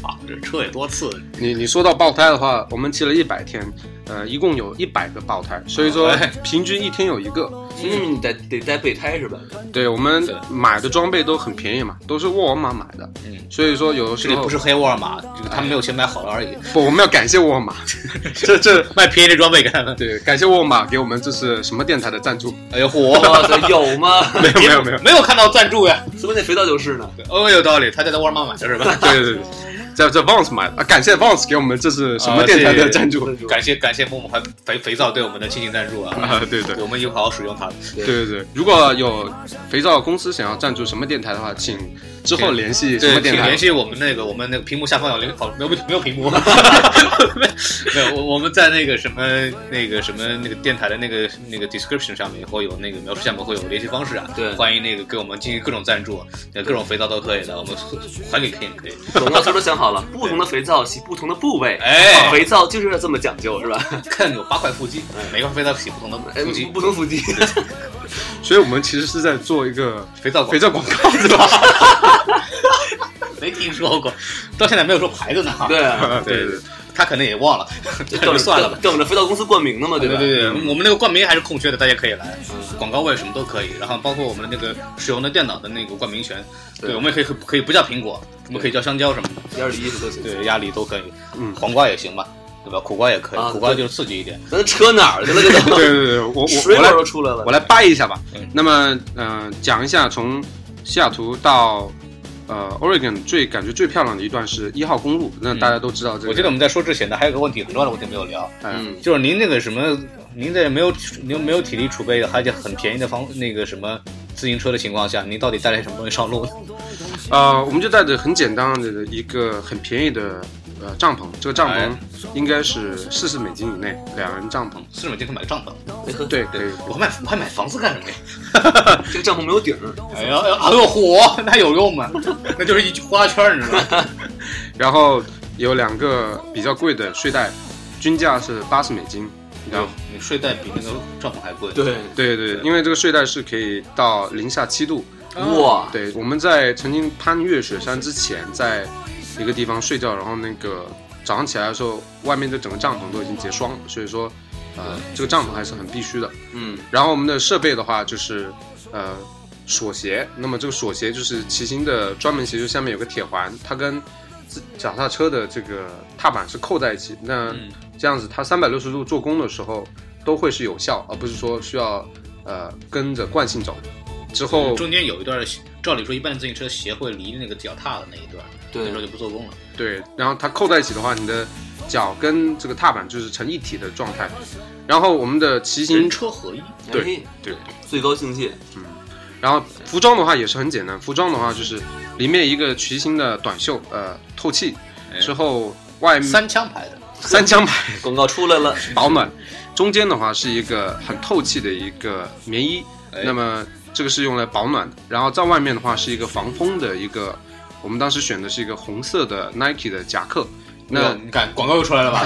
Speaker 2: 靠这车也多次，
Speaker 4: 你你说到爆胎的话，我们骑了一百天，呃，一共有一百个爆胎，所以说
Speaker 2: 哎
Speaker 4: 平均一天有一个。
Speaker 3: 嗯，得得带备胎是吧？
Speaker 4: 对我们
Speaker 2: 对
Speaker 4: 买的装备都很便宜嘛，都是沃尔玛买的，
Speaker 2: 嗯
Speaker 4: 所以说有的
Speaker 2: 这
Speaker 4: 时
Speaker 2: 里
Speaker 4: 候
Speaker 2: 不是黑沃尔玛，这个他们没有钱买好的而已，
Speaker 4: 不，我们要感谢沃尔玛， 这这
Speaker 2: 卖便宜的装备给他们。
Speaker 4: 对，感谢沃尔玛给我们这是什么电台的赞助？
Speaker 2: 哎呦 嚯，
Speaker 3: 哇塞，有吗？
Speaker 4: 没有没有没有，
Speaker 2: 没有看到赞助呀？
Speaker 3: 是不是那肥皂就是呢？
Speaker 2: 哦，有道理，他就在沃尔玛买的是吧？
Speaker 4: 对对对对，在在 Vans 买的啊，感谢 Vans 给我们这是
Speaker 2: 啊
Speaker 4: 什么电台的赞助？
Speaker 2: 感谢感谢木木还肥肥皂对我们的亲情赞助啊，
Speaker 4: 啊，对对
Speaker 2: 我们以后好好使用它。
Speaker 4: 对对对，如果有肥皂公司想要赞助什么电台的话，请之后联系什
Speaker 2: 对，
Speaker 4: 么
Speaker 2: 请
Speaker 4: 电台
Speaker 2: 联。系我们那个，我们那个屏幕下方有零，哦好，没有没有屏 幕，没有，我我们在那个什么那个什么那个电台的那个那个 description 上面会有那个描述下面会有联系方式啊，
Speaker 3: 对
Speaker 2: 欢迎那个给我们进行各种赞助，呃各种肥皂都可以的，我们还给 King 可以，
Speaker 3: 董老师都想好了，不同的肥皂洗不同的部位，啊
Speaker 2: 哎
Speaker 3: 肥皂就是要这么讲究是吧？
Speaker 2: 看有八块腹肌，每块肥皂洗不同的
Speaker 3: 哎
Speaker 2: 腹肌，
Speaker 3: 不同腹肌，
Speaker 4: 所以我们其实是在做一个
Speaker 2: 肥皂广告
Speaker 4: 肥皂广告，对吧？
Speaker 2: 没听说过，到现在没有说牌子呢，
Speaker 3: 对，啊，
Speaker 4: 对对，
Speaker 2: 他可能也忘了，
Speaker 3: 就
Speaker 2: 那 就
Speaker 3: 等
Speaker 2: 算了吧
Speaker 3: 着。等着肥皂公司冠名呢嘛，
Speaker 2: 对
Speaker 3: 吧？
Speaker 2: 对对，我们那个冠名还是空缺的，大家可以来，广告位什么都可以，然后包括我们的那个使用的电脑的那个冠名权，对，
Speaker 3: 对
Speaker 2: 我们也可以可以不叫苹果，我们可以叫香蕉什么的，
Speaker 3: 一二零一都行。
Speaker 2: 对，鸭梨都可以，
Speaker 4: 嗯
Speaker 2: 黄瓜也行吧，对吧？苦瓜也可以，
Speaker 3: 啊
Speaker 2: 苦瓜
Speaker 3: 对
Speaker 2: 就是刺激一点，
Speaker 3: 咱车哪儿去了？这
Speaker 4: 对
Speaker 3: 都
Speaker 4: 对对对， 我我
Speaker 3: 水
Speaker 4: 我
Speaker 3: 果
Speaker 4: 来
Speaker 3: 都出来了
Speaker 4: 我。来掰一下吧
Speaker 2: 嗯。
Speaker 4: 那么，嗯，讲一下从西雅图到呃 Oregon 最感觉最漂亮的一段是一号公路。那大家都知道这
Speaker 2: 嗯
Speaker 4: 个，
Speaker 2: 我记得我们在说之前呢，还有个问题很重要的问题没有聊，
Speaker 4: 嗯，
Speaker 3: 嗯，
Speaker 2: 就是您那个什么，您在没有您没有体力储备的，而且很便宜的方那个什么自行车的情况下，您到底带来什么东西上路呢？
Speaker 4: 呃，我们就带着很简单的一个很便宜的呃帐篷，这个帐篷
Speaker 2: 哎
Speaker 4: 应该是四十美金以内，两人帐篷。
Speaker 2: 四十美金可以买个帐篷，
Speaker 4: 对，可以。
Speaker 2: 我还买我还买房子干什么呀？
Speaker 3: 这个帐篷没有顶儿，
Speaker 2: 哎呀，哎呀哎呦火，那有用 吗？那就是一呼啦圈，你知道吗？
Speaker 4: 然后有两个比较贵的睡袋，均价是八十美金。然后
Speaker 2: 你睡袋比那个帐篷还贵。
Speaker 3: 对，
Speaker 4: 对对，因为这个睡袋是可以到零下七度。
Speaker 2: 哦
Speaker 3: 哇，
Speaker 4: 对，我们在曾经攀越雪山之前，在一个地方睡觉，然后那个早上起来的时候，外面的整个帐篷都已经结霜了，所以说，呃，这个帐篷还是很必须的。
Speaker 3: 嗯，
Speaker 4: 然后我们的设备的话就是，呃，锁鞋。那么这个锁鞋就是骑行的专门鞋，就下面有个铁环，它跟自脚踏车的这个踏板是扣在一起。那
Speaker 2: 嗯
Speaker 4: 这样子，它三百六十度做工的时候都会是有效，而不是说需要呃跟着惯性走。之后
Speaker 2: 中间有一段，照理说一般自行车鞋会离那个脚踏的那一段，那
Speaker 3: 对
Speaker 2: 时候，就不做工了。
Speaker 4: 对，然后它扣在一起的话，你的脚跟这个踏板就是成一体的状态。然后我们的骑行
Speaker 2: 人车合一，
Speaker 4: 对
Speaker 3: 哎，
Speaker 4: 对，
Speaker 3: 最高境界，
Speaker 4: 然后服装的话也是很简单，服装的话就是里面一个骑行的短袖，呃，透气
Speaker 2: 哎
Speaker 4: 之后外面
Speaker 2: 三枪牌的，
Speaker 4: 三枪牌
Speaker 3: 广告出来了，
Speaker 4: 饱满，中间的话是一个很透气的一个棉衣，
Speaker 2: 哎
Speaker 4: 那么这个是用来保暖的。然后在外面的话是一个防风的一个，我们当时选的是一个红色的 Nike 的夹克。那
Speaker 2: 哇你看广告又出来了吧？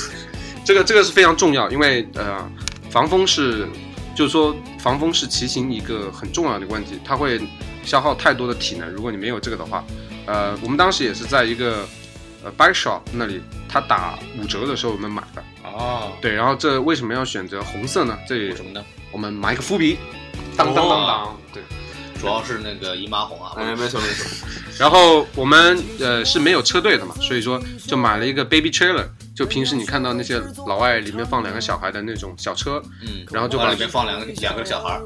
Speaker 4: 这个这个是非常重要，因为呃，防风是，就是说防风是骑行一个很重要的问题，它会消耗太多的体能。如果你没有这个的话，呃，我们当时也是在一个呃 bike shop 那里，它打五折的时候我们买的。
Speaker 2: 哦，
Speaker 4: 对，然后这为什么要选择红色呢？这里
Speaker 2: 什么呢？
Speaker 4: 我们埋个伏笔， 当当当当，对。
Speaker 2: 主要是那个姨妈红啊，
Speaker 3: 哦哎，没错没错，
Speaker 4: 然后我们呃是没有车队的嘛，所以说就买了一个 baby trailer，就平时你看到那些老外里面放两个小孩的那种小车，
Speaker 2: 嗯，
Speaker 4: 然后就
Speaker 2: 往
Speaker 4: 把
Speaker 2: 里面放两个两个小孩 儿，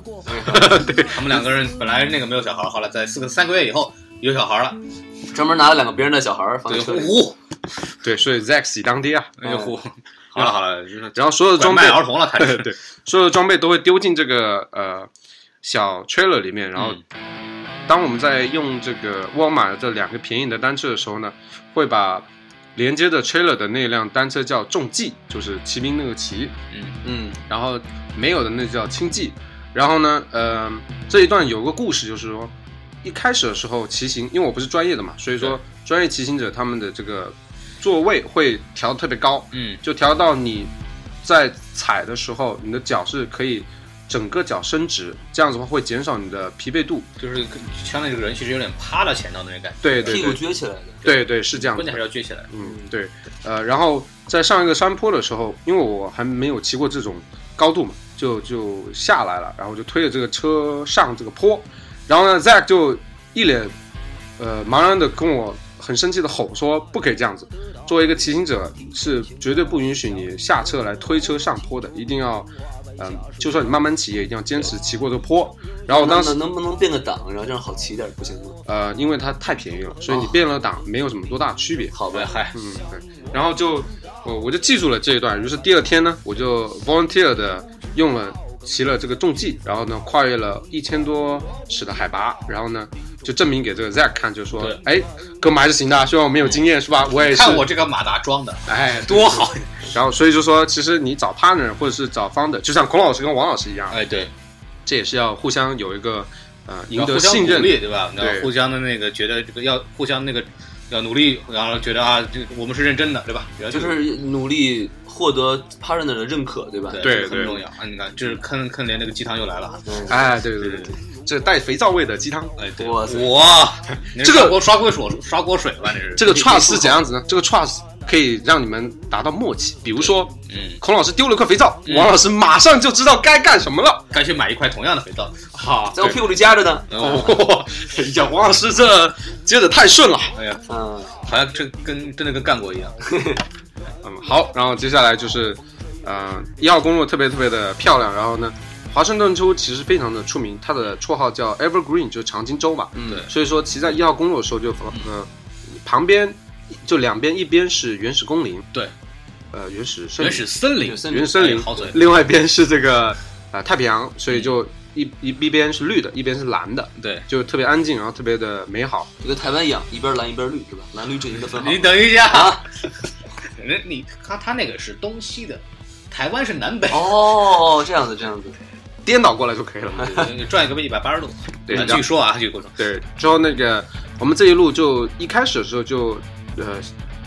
Speaker 2: 对他们两个人本来那个没有小孩儿，后来在四个三个月以后有小孩儿了，
Speaker 3: 专门拿了两个别人的小孩儿放
Speaker 2: 对，
Speaker 3: 在车
Speaker 2: 呼
Speaker 3: 里，
Speaker 2: 呼，
Speaker 4: 对，所以 Zack 喜当爹啊。
Speaker 2: 哎呦呼， 好了好了，就是
Speaker 4: 然后所有的
Speaker 2: 拐
Speaker 4: 装备
Speaker 2: 卖，儿童了，开始，
Speaker 4: 对，所有的装备都会丢进这个呃小 trailer 里面。然后
Speaker 2: 嗯，
Speaker 4: 当我们在用这个沃尔玛的这两个便宜的单车的时候呢，会把连接着 trailer 的那辆单车叫重骑，就是骑兵那个骑，
Speaker 2: 嗯，
Speaker 3: 嗯，
Speaker 4: 然后没有的那叫轻骑。然后呢，呃，这一段有个故事，就是说一开始的时候骑行，因为我不是专业的嘛，所以说专业骑行者他们的这个座位会调得特别高，
Speaker 2: 嗯，
Speaker 4: 就调到你在踩的时候，你的脚是可以整个脚伸直，这样子的话会减少你的疲惫度。
Speaker 2: 就是相当于这个人其实有点趴到前头那种感觉，
Speaker 4: 对对
Speaker 3: 屁股
Speaker 4: 对
Speaker 3: 撅起来的，
Speaker 4: 对对，是这样
Speaker 2: 关键
Speaker 4: 的
Speaker 2: 还。是要撅起来，
Speaker 4: 嗯，对，呃，然后在上一个山坡的时候，因为我还没有骑过这种高度嘛，就就下来了，然后就推着这个车上这个坡，然后呢，Zack 就一脸呃茫然的跟我很生气的吼说：“不可以这样子，作为一个骑行者是绝对不允许你下车来推车上坡的，一定要。”嗯，就算你慢慢骑，也一定要坚持骑过这个坡。然后我哦当时
Speaker 3: 能能不能变个档，然后这样好骑点儿，不行吗？
Speaker 4: 呃，因为它太便宜了，所以你变了档没有什么多大区别。
Speaker 3: 好呗，嗨，
Speaker 4: 嗯，对。然后就我我就记住了这一段，于是第二天呢，我就 volunteer 的用了骑了这个重骑，然后呢跨越了一千多尺的海拔，然后呢就证明给这个 Zack 看，就说
Speaker 2: 对，
Speaker 4: 哎，哥们还是行的，虽然我没有经验是吧？我也是，
Speaker 2: 看我这个马达装的
Speaker 4: 哎，
Speaker 2: 多好，
Speaker 4: 然后所以就说，其实你找 partner 或者是找 founder，就像孔老师跟王老师一样，
Speaker 2: 哎，对，
Speaker 4: 这也是要互相有一个呃赢
Speaker 2: 要
Speaker 4: 得
Speaker 2: 互相
Speaker 4: 信
Speaker 2: 鼓
Speaker 4: 任，
Speaker 2: 励，对吧？
Speaker 4: 对
Speaker 2: 要互相的那个觉得这个要互相那个要努力，然后觉得啊，这我们是认真的，对吧？就
Speaker 3: 就是努力获得 partner 的认可，对吧？
Speaker 2: 对，
Speaker 4: 对
Speaker 2: 这个
Speaker 4: 对
Speaker 2: 很重要啊！你看，就是坑坑连那个鸡汤又来了啊，
Speaker 3: 嗯，
Speaker 4: 哎，对对对对，这带肥皂味的鸡汤。
Speaker 2: 哎，对，
Speaker 3: 哇塞
Speaker 2: 哇，你
Speaker 4: 这个
Speaker 2: 刷锅刷锅水刷锅水吧，这是
Speaker 4: 这个
Speaker 3: 你
Speaker 4: trust
Speaker 3: 说
Speaker 4: 是怎样子呢？这个 trust 可以让你们达到默契。比如说，
Speaker 2: 嗯，
Speaker 4: 孔老师丢了块肥皂，王老师马上就知道该干什么了。
Speaker 2: 该去买一块同样的肥皂，好，
Speaker 3: 在我屁股里夹着呢。
Speaker 2: 哦，
Speaker 4: 哦， 哎呀，王老师这接的太顺了。
Speaker 2: 哎呀，
Speaker 3: 嗯，
Speaker 2: 好像这跟真的跟干过一样，
Speaker 4: 嗯，好，然后接下来就是，呃，一号公路特别特别的漂亮。然后呢，华盛顿州其实非常的出名，它的绰号叫 Evergreen，就是长青州嘛。
Speaker 2: 嗯，对，
Speaker 4: 所以说骑在一号公路的时候就，呃，旁边就两边一边是原始公林，
Speaker 2: 对，
Speaker 4: 呃，原始森
Speaker 2: 原
Speaker 4: 林，
Speaker 2: 始森林
Speaker 3: 有，森
Speaker 4: 原
Speaker 3: 林
Speaker 4: 始森林
Speaker 2: 哎，好嘴，嗯
Speaker 4: 另外一边是这个呃太平洋，所以就一一一边是绿的，一边是蓝的，
Speaker 2: 对，
Speaker 4: 就特别安静，然后特别的美好。
Speaker 3: 就跟台湾一样，一边蓝一边绿，是吧？蓝绿阵营的分号
Speaker 2: 你。等一下，
Speaker 3: 啊，
Speaker 2: 人你看他那个是东西的，台湾是南北，
Speaker 3: 哦，这样子，这样子，
Speaker 4: 颠倒过来就可以了。
Speaker 2: 你转一个一百八十度，
Speaker 4: 对
Speaker 2: 啊
Speaker 4: 这样
Speaker 2: 据说啊，这个过程，
Speaker 4: 对，之后那个我们这一路就一开始的时候就
Speaker 2: 嗯
Speaker 4: 呃，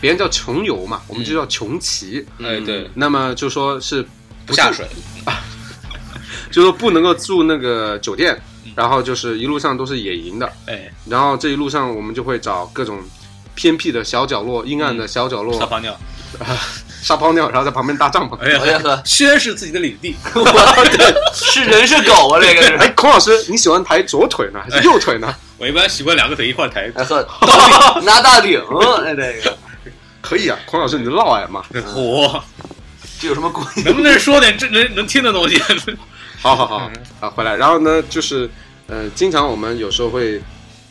Speaker 4: 别人叫穷游嘛，我们就叫穷骑。
Speaker 2: 哎，
Speaker 3: 嗯
Speaker 2: 对，
Speaker 4: 那么就说是
Speaker 2: 不下水，
Speaker 4: 就说不能够住那个酒店，
Speaker 2: 嗯
Speaker 4: 然后就是一路上都是野营的，
Speaker 2: 哎，
Speaker 4: 然后这一路上我们就会找各种偏僻的小角落、阴
Speaker 2: 嗯
Speaker 4: 暗的小角落
Speaker 2: 撒泡尿，
Speaker 4: 撒泡尿，然后在旁边搭帐篷。
Speaker 2: 哦哎
Speaker 3: 哎呀
Speaker 2: 呀
Speaker 3: 呵，
Speaker 2: 宣示自己的领地，
Speaker 3: 是人是狗啊？这个
Speaker 4: 哎
Speaker 3: 是。，
Speaker 4: 孔老师，你喜欢抬左腿呢，还是右腿呢？
Speaker 2: 我一般习惯两个腿一块抬，
Speaker 3: 哎 呵，大拿大顶，哎，这个
Speaker 4: 可以啊，孔老师，你唠哎
Speaker 3: 嗯
Speaker 4: 嘛。
Speaker 2: 火，
Speaker 3: 这有什么 鬼？
Speaker 2: 能不能说点这能能听的东西？
Speaker 4: 好好
Speaker 2: 嗯
Speaker 4: 好啊，回来。然后呢，就是呃，经常我们有时候会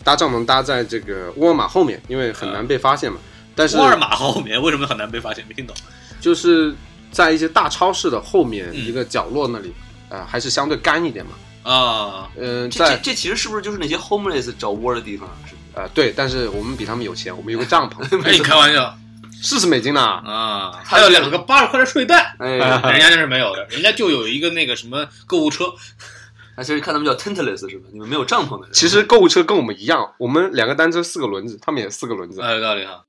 Speaker 4: 搭帐篷搭在这个沃尔玛后面，因为很难被发现嘛。但
Speaker 2: 嗯
Speaker 4: 是
Speaker 2: 沃尔玛后面为什么很难被发现？没听懂。
Speaker 4: 就是在一些大超市的后面
Speaker 2: 嗯
Speaker 4: 一个角落那里，呃，还是相对干一点嘛。
Speaker 2: 啊，
Speaker 4: 嗯、
Speaker 3: 这这
Speaker 4: 在
Speaker 3: 这其实是不是就是那些 homeless 找窝的地方？是
Speaker 4: 呃对，但是我们比他们有钱，我们有个帐篷，
Speaker 2: 哎，你开玩笑
Speaker 4: 四十美金呢。
Speaker 2: 啊？还有两个八十块的睡袋，
Speaker 3: 哎呀，
Speaker 2: 人家那是没有的，人家就有一个那个什么购物车，
Speaker 3: 那其实看他们叫 tentless 是吧？你们没有帐篷的人。
Speaker 4: 其实购物车跟我们一样，我们两个单车四个轮子，他们也四个轮子。
Speaker 2: 啊，有道理哈。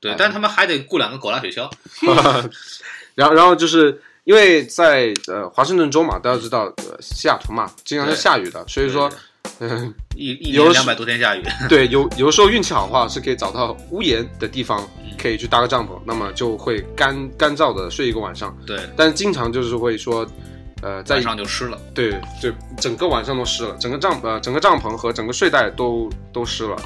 Speaker 2: 对
Speaker 4: 哎，
Speaker 2: 但是他们还得雇两个狗拉雪橇，
Speaker 4: 然后，然后就是因为在呃华盛顿州嘛，大家知道、呃、西雅图嘛，经常是
Speaker 2: 对
Speaker 4: 下雨的，所以说，嗯，
Speaker 2: 一一
Speaker 4: 有
Speaker 2: 年
Speaker 4: 时
Speaker 2: 两百多天下雨，
Speaker 4: 对，有有时候运气好的话，是可以找到屋檐的地方，
Speaker 2: 嗯
Speaker 4: 可以去搭个帐篷，那么就会干干燥的睡一个晚上。
Speaker 2: 对，
Speaker 4: 但经常就是会说，呃，在
Speaker 2: 晚上就湿了。
Speaker 4: 对对，整个晚上都湿了，整个帐呃整个帐篷和整个睡袋都都湿了。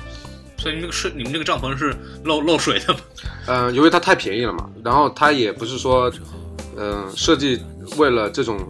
Speaker 2: 所以你们这个是你们这个帐篷是漏漏水的吗？
Speaker 4: 呃，由于它太便宜了嘛，然后它也不是说，呃，设计为了这种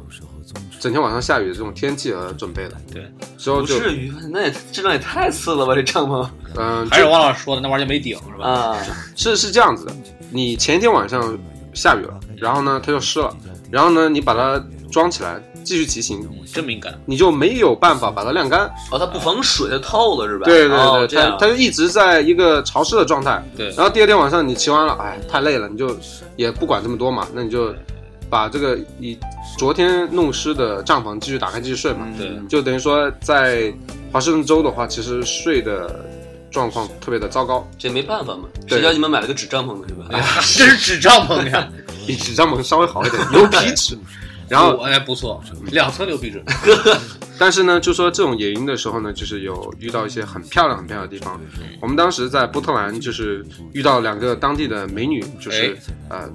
Speaker 4: 整天晚上下雨的这种天气而准备的，
Speaker 2: 对，
Speaker 4: 之后
Speaker 3: 不
Speaker 4: 就
Speaker 3: 至于，那也质量也太次了吧？这帐 篷
Speaker 4: 嗯、
Speaker 2: 还是汪老师说的那玩意儿没顶是吧？
Speaker 3: 啊，
Speaker 4: 是是这样子的，你前一天晚上下雨了，然后呢它就湿了，然后呢你把它装起来继续骑行，
Speaker 2: 嗯真敏感，
Speaker 4: 你就没有办法把它晾干。
Speaker 3: 哦，它不防水，它透了是吧？
Speaker 4: 对对
Speaker 3: 哦
Speaker 4: 对，
Speaker 3: 这样
Speaker 4: 它它就一直在一个潮湿的状态。
Speaker 2: 对
Speaker 4: 然后第二天晚上你骑完了，哎，太累了，你就也不管这么多嘛，那你就把这个以昨天弄湿的帐篷继续打开继续睡嘛。
Speaker 3: 嗯
Speaker 2: 对，
Speaker 4: 就等于说在华盛顿州的话，其实睡的状况特别的糟糕，
Speaker 3: 这没办法嘛，
Speaker 4: 对哎
Speaker 3: 谁叫你们买了个纸帐篷呢是吧？
Speaker 2: 这是纸帐篷呀，
Speaker 4: 比纸帐篷稍微好一点，牛皮纸。 然后
Speaker 2: 我哎不错，两层牛皮纸，
Speaker 4: 但是呢，就说这种野营的时候呢，就是有遇到一些很漂亮、很漂亮的地方。我们当时在波特兰就是遇到两个当地的美女，就是、呃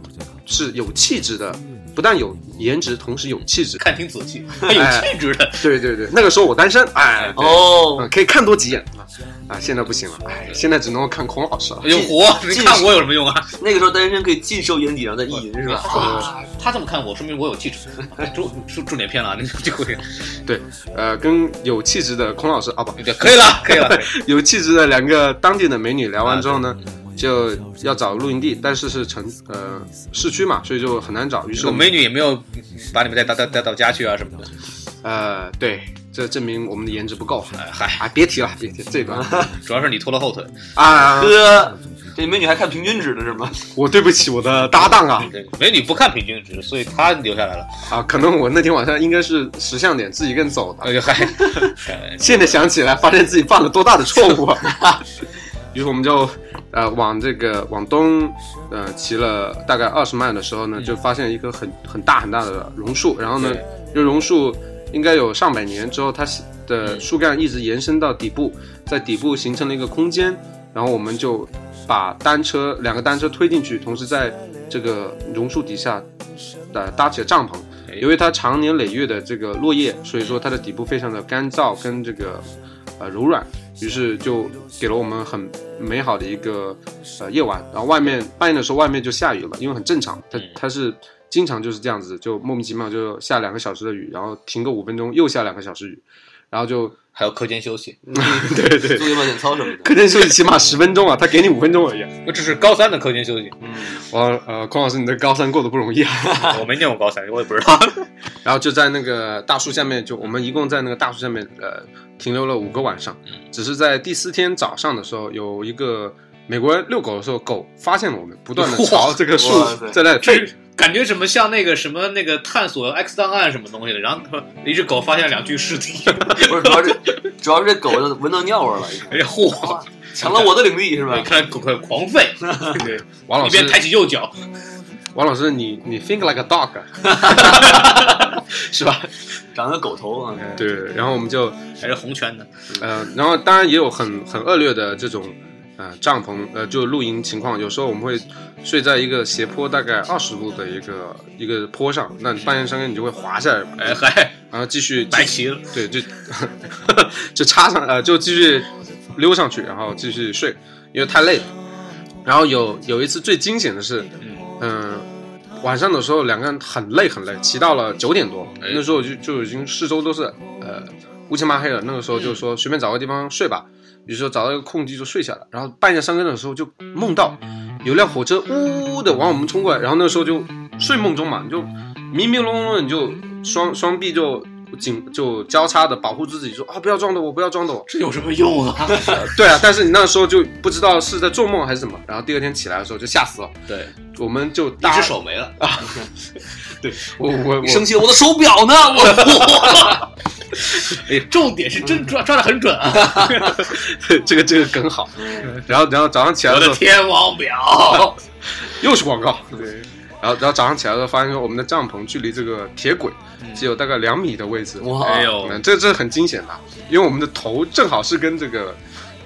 Speaker 4: 是有气质的，不但有颜值，同时有气质。
Speaker 2: 看挺仔 细，还有
Speaker 4: 哎
Speaker 2: 气质的。
Speaker 4: 对对对，那个时候我单身，哎，对
Speaker 3: 哦，
Speaker 4: 嗯可以看多几眼啊啊！现在不行了，哎，现在只能够看孔老师了。
Speaker 2: 有活，你
Speaker 3: 近
Speaker 2: 看我有什么用啊？
Speaker 3: 那个时候单身可以尽收眼底，然后再意淫是吧？
Speaker 2: 啊他这么看我，说明我有气质。哎重重重点偏了啊，你这个
Speaker 4: 对，呃，跟有气质的孔老师啊，不，
Speaker 2: 对可以了，可以了。可以了
Speaker 4: 有气质的两个当地的美女聊完之后呢，
Speaker 2: 啊嗯
Speaker 4: 就要找露营地，但是是城呃市区嘛，所以就很难找。于是
Speaker 2: 我
Speaker 4: 我们
Speaker 2: 美女也没有把你们带带带带到家去啊什么的。
Speaker 4: 呃对，这证明我们的颜值不够。
Speaker 2: 哎嗨，
Speaker 4: 啊，别提了，别提这段
Speaker 2: 主要是你拖了后腿。
Speaker 4: 啊！
Speaker 3: 哥，这美女还看平均值呢是吗？
Speaker 4: 我对不起我的搭档啊
Speaker 2: 对美女不看平均值，所以她留下来了。
Speaker 4: 啊！可能我那天晚上应该是识相点，自己一个人走的。
Speaker 2: 哎 嗨，哎
Speaker 4: 现在想起来，发现自己犯了多大的错误啊！ 于是我们就呃往这个往东呃骑了大概二十迈的时候呢，就发现一棵很很大很大的榕树，然后呢
Speaker 2: 对，
Speaker 4: 这榕树应该有上百年之后，它的树干一直延伸到底部，在底部形成了一个空间，然后我们就把单车两个单车推进去，同时在这个榕树底下呃搭起了帐篷。
Speaker 2: 哎
Speaker 4: 因为它常年累月的这个落叶，所以说它的底部非常的干燥跟这个呃柔软，于是就给了我们很美好的一个呃夜晚。然后外面半夜的时候，外面就下雨了，因为很正常，它
Speaker 2: 嗯
Speaker 4: 它是经常就是这样子，就莫名其妙就下两个小时的雨，然后停个五分钟又下两个小时雨，然后就
Speaker 2: 还有课间休息，
Speaker 4: 对对，
Speaker 3: 做夜冒险操什么的。
Speaker 4: 课间休息起码十分钟啊，他给你五分钟而已。
Speaker 2: 这是高三的课间休息。
Speaker 4: 我呃，孔老师，你的高三过得不容易啊。
Speaker 2: 我没念过高三，我也不知道。
Speaker 4: 然后就在那个大树下面，就我们一共在那个大树下面呃停留了五个晚上，只是在第四天早上的时候，有一个美国人遛狗的时候，狗发现了我们，不断 的朝这个树
Speaker 3: 哇塞
Speaker 4: 在那里
Speaker 2: 这
Speaker 4: 吠，
Speaker 2: 感觉什么像那个什么那个探索 X 档案什么东西的，然后他一只狗发现了两具尸体，
Speaker 3: 不是，主要是主要是这狗闻到尿味儿 了，已经
Speaker 2: 哎呀嚯！
Speaker 3: 抢了我的领地是 吧？
Speaker 2: 看狗狗狂吠，对，
Speaker 4: 王老
Speaker 2: 一边
Speaker 4: 师
Speaker 2: 抬起右脚，
Speaker 4: 王老师，你你 think like a dog，是吧？
Speaker 3: 长个狗头啊，
Speaker 4: 对，然后我们就
Speaker 2: 还是红圈的，
Speaker 4: 呃，然后当然也有很很恶劣的这种呃帐篷呃就露营情况，有时候我们会睡在一个斜坡大概二十度的一个一个坡上，那你半夜三更你就会滑下来嘛，
Speaker 2: 哎嗨，
Speaker 4: 然后继续
Speaker 2: 白骑了，
Speaker 4: 对，就 就插上呃，就继续溜上去，然后继续睡，因为太累了。然后有有一次最惊险的是，
Speaker 2: 嗯
Speaker 4: 嗯、晚上的时候两个人很累很累，骑到了九点多，
Speaker 2: 哎
Speaker 4: 那时候就就已经四周都是呃乌漆嘛黑了。那个时候
Speaker 2: 嗯
Speaker 4: 就说随便找个地方睡吧，于是找到一个空地就睡下了。然后半夜三更的时候就梦到
Speaker 2: 嗯
Speaker 4: 有辆火车呜呜的往我们冲过来，然后那时候就睡梦中嘛，你就迷迷隆隆的，你就双双臂就紧就交叉的保护自己，说啊不要撞到我，不要撞到我。
Speaker 2: 这有什么用啊？
Speaker 4: 对啊，但是你那时候就不知道是在做梦还是什么，然后第二天起来的时候就吓死了，
Speaker 2: 对，
Speaker 4: 我们 就
Speaker 2: 一
Speaker 4: 搭
Speaker 2: 只，手没了，
Speaker 4: 我我我
Speaker 3: 你生气了，我的手表呢？我
Speaker 2: 哎，重点是真抓抓的很准啊！
Speaker 4: 这个这个梗好，然后然后早上起来
Speaker 2: 我
Speaker 4: 的时
Speaker 2: 的
Speaker 4: 候
Speaker 2: 天王表，
Speaker 4: 又是广告，对。然后，然后早上起来的时候，发现说我们的帐篷距离这个铁轨
Speaker 2: 嗯
Speaker 4: 只有大概两米的位置，
Speaker 3: 哇
Speaker 2: 哎呦
Speaker 4: 嗯，，这这很惊险的，因为我们的头正好是跟这个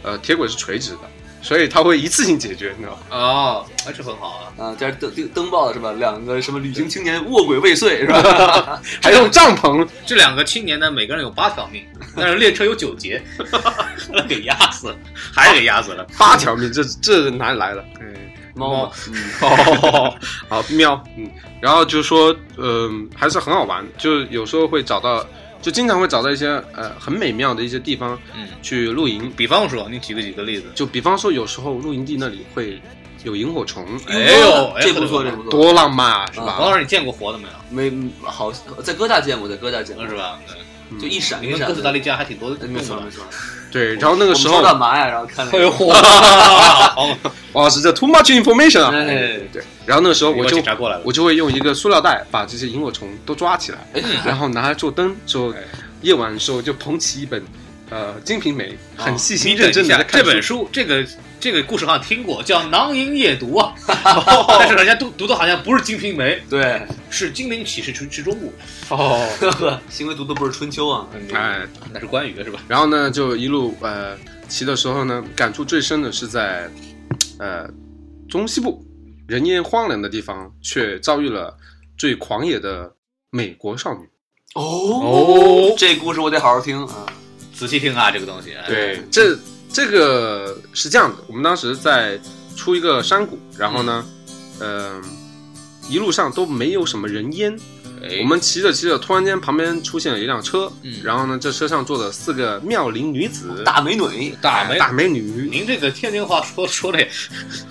Speaker 4: 呃铁轨是垂直的，所以它会一次性解决，你知道吗？
Speaker 2: 哦，哎，这很好啊，
Speaker 3: 啊，这是登登登报了是吧？两个什么旅行青年卧轨未遂是吧？
Speaker 4: 还用帐篷，
Speaker 2: 这两个青年呢，每个人有八条命，但是列车有九节， 给压死了，还是给压死了。
Speaker 4: 八条命，这这哪里来 的？嗯，
Speaker 3: 猫嘛，嗯
Speaker 4: 哦， 好喵，嗯，然后就说，嗯、还是很好玩，就是有时候会找到，就经常会找到一些呃很美妙的一些地方
Speaker 2: 嗯，
Speaker 4: 去露营，
Speaker 2: 比方说，你举个几个例子，
Speaker 4: 就比方说有时候露营地那里会有萤火虫，
Speaker 2: 哎呦
Speaker 3: 这不错，
Speaker 2: 哎
Speaker 3: 这
Speaker 2: 呦
Speaker 3: 不错，
Speaker 4: 多浪漫啊，是
Speaker 3: 啊
Speaker 2: 王
Speaker 4: 吧？
Speaker 2: 老师，你见过活的没有？
Speaker 3: 没好，在哥大见过，在哥大见过
Speaker 2: 是？吧？
Speaker 3: 就一闪
Speaker 2: 你
Speaker 3: 一
Speaker 2: 看
Speaker 3: 闪
Speaker 2: 哥斯达
Speaker 3: 的，哎
Speaker 2: 黎加还挺多的，哎
Speaker 3: 没错没错。
Speaker 4: 对，然后那个时
Speaker 3: 我
Speaker 4: 候
Speaker 3: 们，干嘛呀？然后看那 个，
Speaker 2: 嚯！
Speaker 4: 哇，是这 too much information 啊，
Speaker 3: 哎
Speaker 4: 对，然后那个时候我
Speaker 2: 有
Speaker 4: 就
Speaker 2: 警察过来了
Speaker 4: 我就会用一个塑料袋把这些萤火虫都抓起来，然后拿来做灯，之
Speaker 2: 嗯
Speaker 4: 后
Speaker 2: 哎
Speaker 4: 夜晚的时候就捧起一本呃《金瓶梅》，很细
Speaker 2: 你
Speaker 4: 心
Speaker 2: 等
Speaker 4: 认真
Speaker 2: 哦一
Speaker 4: 的
Speaker 2: 下，
Speaker 4: 在看
Speaker 2: 这
Speaker 4: 书
Speaker 2: 本书，这个这个故事好像听过，叫《囊萤夜读》 啊，但是人家读读的好像不是《金瓶梅》，
Speaker 3: 对，
Speaker 2: 是《金陵启示》去去中部，
Speaker 4: 哦，
Speaker 3: 幸亏读的不是春秋啊。
Speaker 4: 哎，
Speaker 2: 那是关羽是吧？
Speaker 4: 然后呢，就一路呃骑的时候呢，感触最深的是在呃中西部人烟荒凉的地方，却遭遇了最狂野的美国少女。
Speaker 3: 哦，这故事我得好好听啊。
Speaker 2: 仔细听啊，这个东西，哎，
Speaker 4: 对，这这个是这样的，我们当时在出一个山谷，然后呢，嗯、一路上都没有什么人烟，我
Speaker 2: 哎
Speaker 4: 们骑着骑着，突然间旁边出现了一辆车，
Speaker 2: 嗯
Speaker 4: 然后呢，这车上坐着四个妙龄女子，哎
Speaker 3: 大美女，
Speaker 2: 大美嗯
Speaker 4: 大美女，
Speaker 2: 您这个天津话说 说的也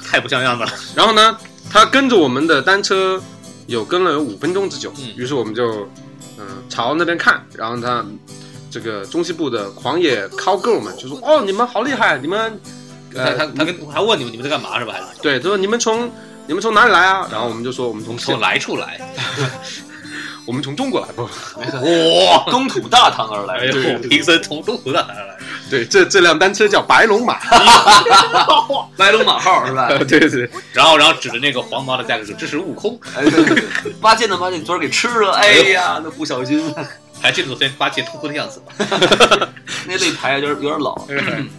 Speaker 2: 太不像样子了。
Speaker 4: 然后呢，她跟着我们的单车有跟了有五分钟之久，
Speaker 2: 嗯
Speaker 4: 于是我们就嗯、朝那边看，然后她这个中西部的狂野 cowgirl 们就说：“哦，你们好厉害，你们
Speaker 2: 他
Speaker 4: 呃，
Speaker 2: 他他跟还问你们你们在干嘛是吧？还是
Speaker 4: 对，他说你们从你们从哪里来啊？”然后我们就说：“我们从
Speaker 2: 从来处来？
Speaker 4: 我们从中国来。”不，
Speaker 2: 哇！
Speaker 3: 东土大唐而
Speaker 2: 哎
Speaker 3: 来。
Speaker 2: 呦，贫僧从中途的来来，
Speaker 4: 对，这这辆单车叫白龙马，
Speaker 3: 白龙马号是吧？
Speaker 4: 对对对，
Speaker 2: 然后然后指着那个黄毛的价格说：“这是悟空。
Speaker 3: 哎，对对 对，八戒呢？八戒昨儿给吃了，哎呀，那不小心，”
Speaker 2: 还记得昨天八戒痛哭的样子吗？
Speaker 3: 那肋排啊有点有点老。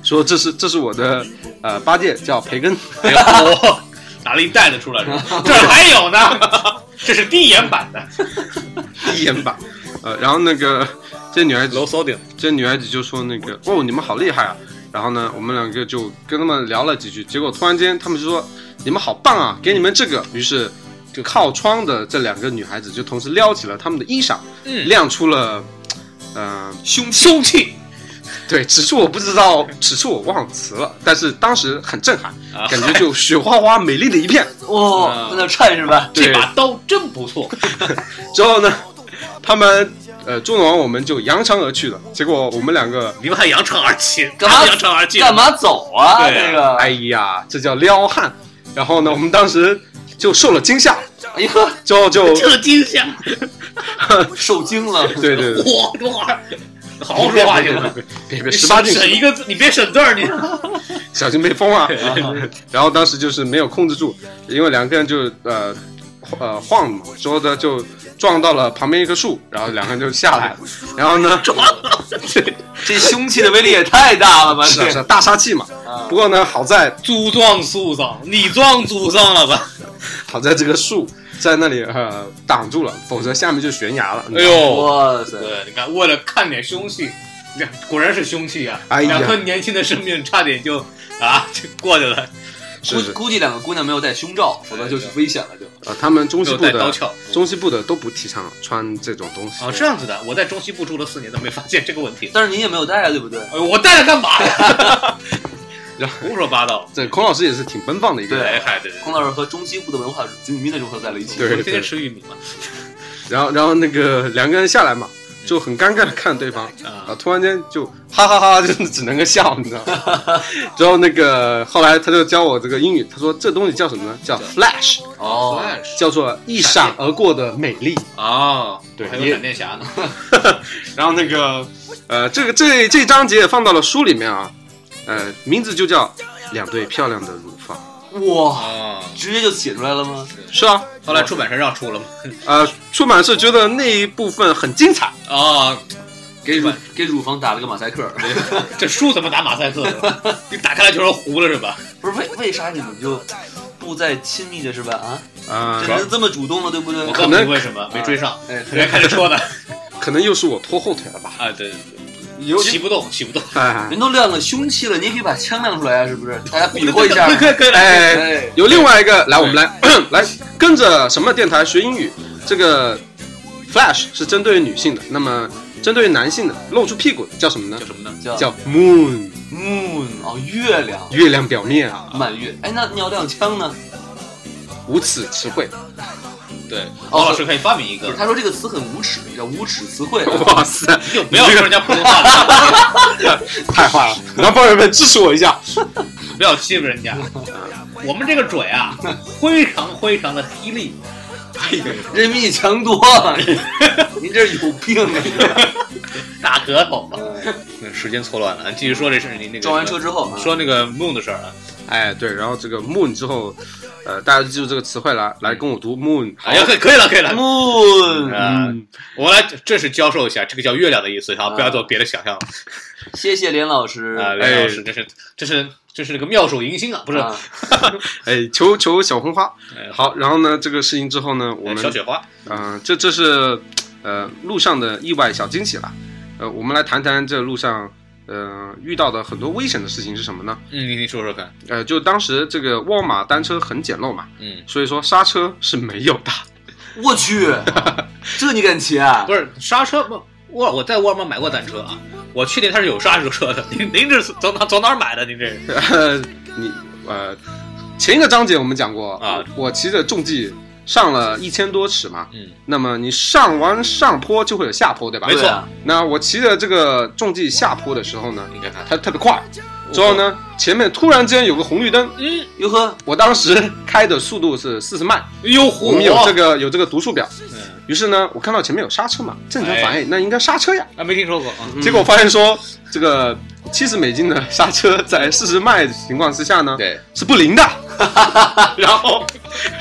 Speaker 4: 说这是这是我的呃八戒叫培根。
Speaker 2: 哎呦，拿了一袋子出来是吧？这儿还有呢，这是低眼版的
Speaker 4: 一眼吧。呃，然后那个这女孩子，
Speaker 2: sodium。
Speaker 4: 这女孩子就说那个哦，你们好厉害啊。然后呢，我们两个就跟他们聊了几句，结果突然间他们就说你们好棒啊，给你们这个。于是就靠窗的这两个女孩子就同时撩起了他们的衣裳，
Speaker 2: 嗯
Speaker 4: 亮出了，呃，
Speaker 2: 凶凶器
Speaker 4: 对，此处我不知道，此处我忘词了，但是当时很震撼，
Speaker 2: 啊！
Speaker 4: 感觉就雪花花美丽的一片。
Speaker 3: 哇，哦在那颤是吧？
Speaker 2: 这
Speaker 4: 对
Speaker 2: 把刀真不错，
Speaker 4: 之后呢，他们呃捉弄完我们就扬长而去了。结果我们两个
Speaker 2: 你们还扬长而去，
Speaker 3: 干嘛
Speaker 2: 还扬长而去？
Speaker 3: 干？嘛走啊？
Speaker 2: 对啊
Speaker 3: 这个，
Speaker 4: 哎呀，这叫撩汉。然后呢，我们当时就受了惊吓，
Speaker 3: 哎呀，
Speaker 4: 之后 就
Speaker 2: 这惊吓！
Speaker 3: 受惊了。
Speaker 4: 对对对，
Speaker 2: 我等会儿好好说话行吗？
Speaker 4: 别
Speaker 2: 你
Speaker 4: 别十八禁，
Speaker 2: 省一个字，你别省字儿，你
Speaker 4: 小心被封啊
Speaker 2: 对！
Speaker 4: 然后当时就是没有控制住，因为两个人就呃呃晃嘛，说的就撞到了旁边一棵树，然后两个人就下来了，然后呢，
Speaker 3: 这凶器的威力也太大了吧？
Speaker 4: 是
Speaker 3: 这
Speaker 4: 啊是啊大杀器嘛。不过呢，好在
Speaker 2: 猪撞树上，你撞猪上了吧？
Speaker 4: 好在这个树在那里呃挡住了，否则下面就悬崖了。
Speaker 2: 哎，
Speaker 3: 哦
Speaker 2: 呦，
Speaker 3: 哇塞！
Speaker 2: 对，你看，为了看点凶器，两果然是凶器啊！
Speaker 4: 哎呀
Speaker 2: 两颗年轻的生命差点就啊就过去了，
Speaker 4: 是
Speaker 3: 估
Speaker 4: 是
Speaker 3: 估计两个姑娘没有戴胸罩，否则就是危险了就。
Speaker 4: 呃，他们中
Speaker 2: 没
Speaker 4: 西
Speaker 2: 有
Speaker 4: 部
Speaker 2: 带刀
Speaker 4: 的
Speaker 2: 鞘。
Speaker 4: 中西部的都不提倡穿这种东西
Speaker 2: 啊，这样子的，我在中西部住了四年，都没发现这个问题。
Speaker 3: 但是你也没有戴啊，对不对？
Speaker 2: 哎呦，我带了干嘛呀？
Speaker 4: 然后
Speaker 2: 胡说八道！
Speaker 4: 这孔老师也是挺奔放的一个人。
Speaker 2: 哎嗨，对对
Speaker 3: 孔老师和中西部的文化紧密的融合在了一起。
Speaker 2: 对，
Speaker 4: 对
Speaker 2: 我们天天吃玉米嘛。
Speaker 4: 然后然后那个两个人下来嘛，就很尴尬的看对方，啊，
Speaker 2: 啊，
Speaker 4: 突然间就哈哈哈，就是只能够笑，你知道吗？ 之后那个后来他就教我这个英语，他说这东西叫什么呢？叫 flash，
Speaker 3: 哦，
Speaker 4: 叫做一闪而过的美丽。
Speaker 2: 哦，
Speaker 4: 对
Speaker 2: 还有闪电侠呢。
Speaker 4: 然后那个呃，这个这这章节也放到了书里面啊，呃，名字就叫两对漂亮的乳房。
Speaker 3: 哇，
Speaker 2: 哦，
Speaker 3: 直接就写出来了吗？
Speaker 4: 是啊，
Speaker 2: 后来出版社让出了嘛。
Speaker 4: 呃，出版社觉得那一部分很精彩，
Speaker 2: 哦，
Speaker 3: 给
Speaker 2: 是
Speaker 3: 乳
Speaker 2: 吧
Speaker 3: 给乳房打了个马赛克。
Speaker 2: 这书怎么打马赛克 的？你打开来就是糊了是吧？
Speaker 3: 不是为为啥你们就不再亲密的是吧？啊，
Speaker 4: 啊、
Speaker 3: 这人这么主动了，对不对
Speaker 2: 我？告诉你为什么没追上，
Speaker 3: 哎，
Speaker 2: 别开着说的。
Speaker 4: 可能又是我拖后腿了吧？
Speaker 2: 啊，对对对，
Speaker 4: 有
Speaker 2: 骑不动，骑不动。
Speaker 4: 哎
Speaker 3: 人都亮了凶器了，你也可以把枪亮出来啊，是 不是？大家比划一下。
Speaker 2: 可以可以来。
Speaker 4: 哎，
Speaker 3: 哎，
Speaker 4: 有另外一个，来我们来 来跟着什么电台学英语？这个 Flash 是针对于女性的，那么针对于男性的露出屁股的叫什么呢
Speaker 2: 叫？什么呢？
Speaker 3: 叫
Speaker 4: 叫 Moon
Speaker 3: moon 哦，月亮，
Speaker 4: 月亮表面啊，
Speaker 3: 满月。哎，那你要亮枪呢？
Speaker 4: 无耻词汇。
Speaker 2: 对，王老师可以发明一
Speaker 3: 不
Speaker 2: 个
Speaker 3: 是，。他说这个词很无耻，叫无耻词汇。
Speaker 4: 哇塞，
Speaker 2: 你就不要说人家普通话了，
Speaker 4: 太坏了！男朋友们支持我一下。
Speaker 2: 不要欺负人家。我们这个嘴 啊，非常非常的犀利。哎
Speaker 3: 人比你强多了，你这是有 病啊！
Speaker 2: 大舌头 嘛。
Speaker 3: 哎
Speaker 2: 时间错乱了，继续说这事儿。你那个
Speaker 3: 撞完车之后啊，
Speaker 2: 说那个梦的事儿啊，
Speaker 4: 哎，对，然后这个 moon 之后，呃，大家就记住这个词汇来来跟我读 moon。
Speaker 2: 哎呀，可以可以了，可以了。
Speaker 3: moon，
Speaker 2: 啊，我来正式教授一下，这个叫月亮的意思哈，
Speaker 3: 嗯啊
Speaker 2: 不要做别的想象
Speaker 3: 谢谢连老师。
Speaker 2: 啊。
Speaker 4: 哎
Speaker 2: 梁老师，这是这是这是那个妙手银心啊，不是
Speaker 3: 啊
Speaker 4: 哎，求求小红花
Speaker 2: 哎。
Speaker 4: 好，然后呢，这个事情之后呢，我
Speaker 2: 呃
Speaker 4: 们
Speaker 2: 小雪花
Speaker 4: 嗯、这这是呃路上的意外小惊喜了。呃，我们来谈谈这路上呃遇到的很多危险的事情是什么呢？
Speaker 2: 嗯，你你说说看，
Speaker 4: 呃，就当时这个沃尔玛单车很简陋嘛，
Speaker 2: 嗯，
Speaker 4: 所以说刹车是没有的。
Speaker 3: 我去，这你敢骑啊
Speaker 2: 不？是刹车不。沃尔我在沃尔玛买过单车啊，我确定它是有刹车的。您您这是从哪从哪儿买的？您这是
Speaker 4: 呃，你呃，前一个章节我们讲过
Speaker 2: 啊
Speaker 4: 我骑着重机上了一千多尺嘛，
Speaker 2: 嗯，
Speaker 4: 那么你上完上坡就会有下坡，对吧？
Speaker 2: 没错
Speaker 3: 对啊
Speaker 4: 那我骑着这个重机下坡的时候呢，
Speaker 2: 你看哦看，
Speaker 4: 它特别快，之后呢，前面突然之间有个红绿灯，
Speaker 2: 嗯，
Speaker 3: 哟呵，
Speaker 4: 我当时开的速度是四十迈，
Speaker 2: 有
Speaker 4: 我
Speaker 2: 火
Speaker 4: 们有这，个有这个读数表，
Speaker 2: 哎嗯，
Speaker 4: 于是呢，我看到前面有刹车嘛，正常反应、那应该刹车呀，
Speaker 2: 啊，没听说过啊，
Speaker 4: 结果我发现说这个七十美金的刹车在四十迈的情况之下 呢，
Speaker 2: 对，
Speaker 4: 是不灵的。然后，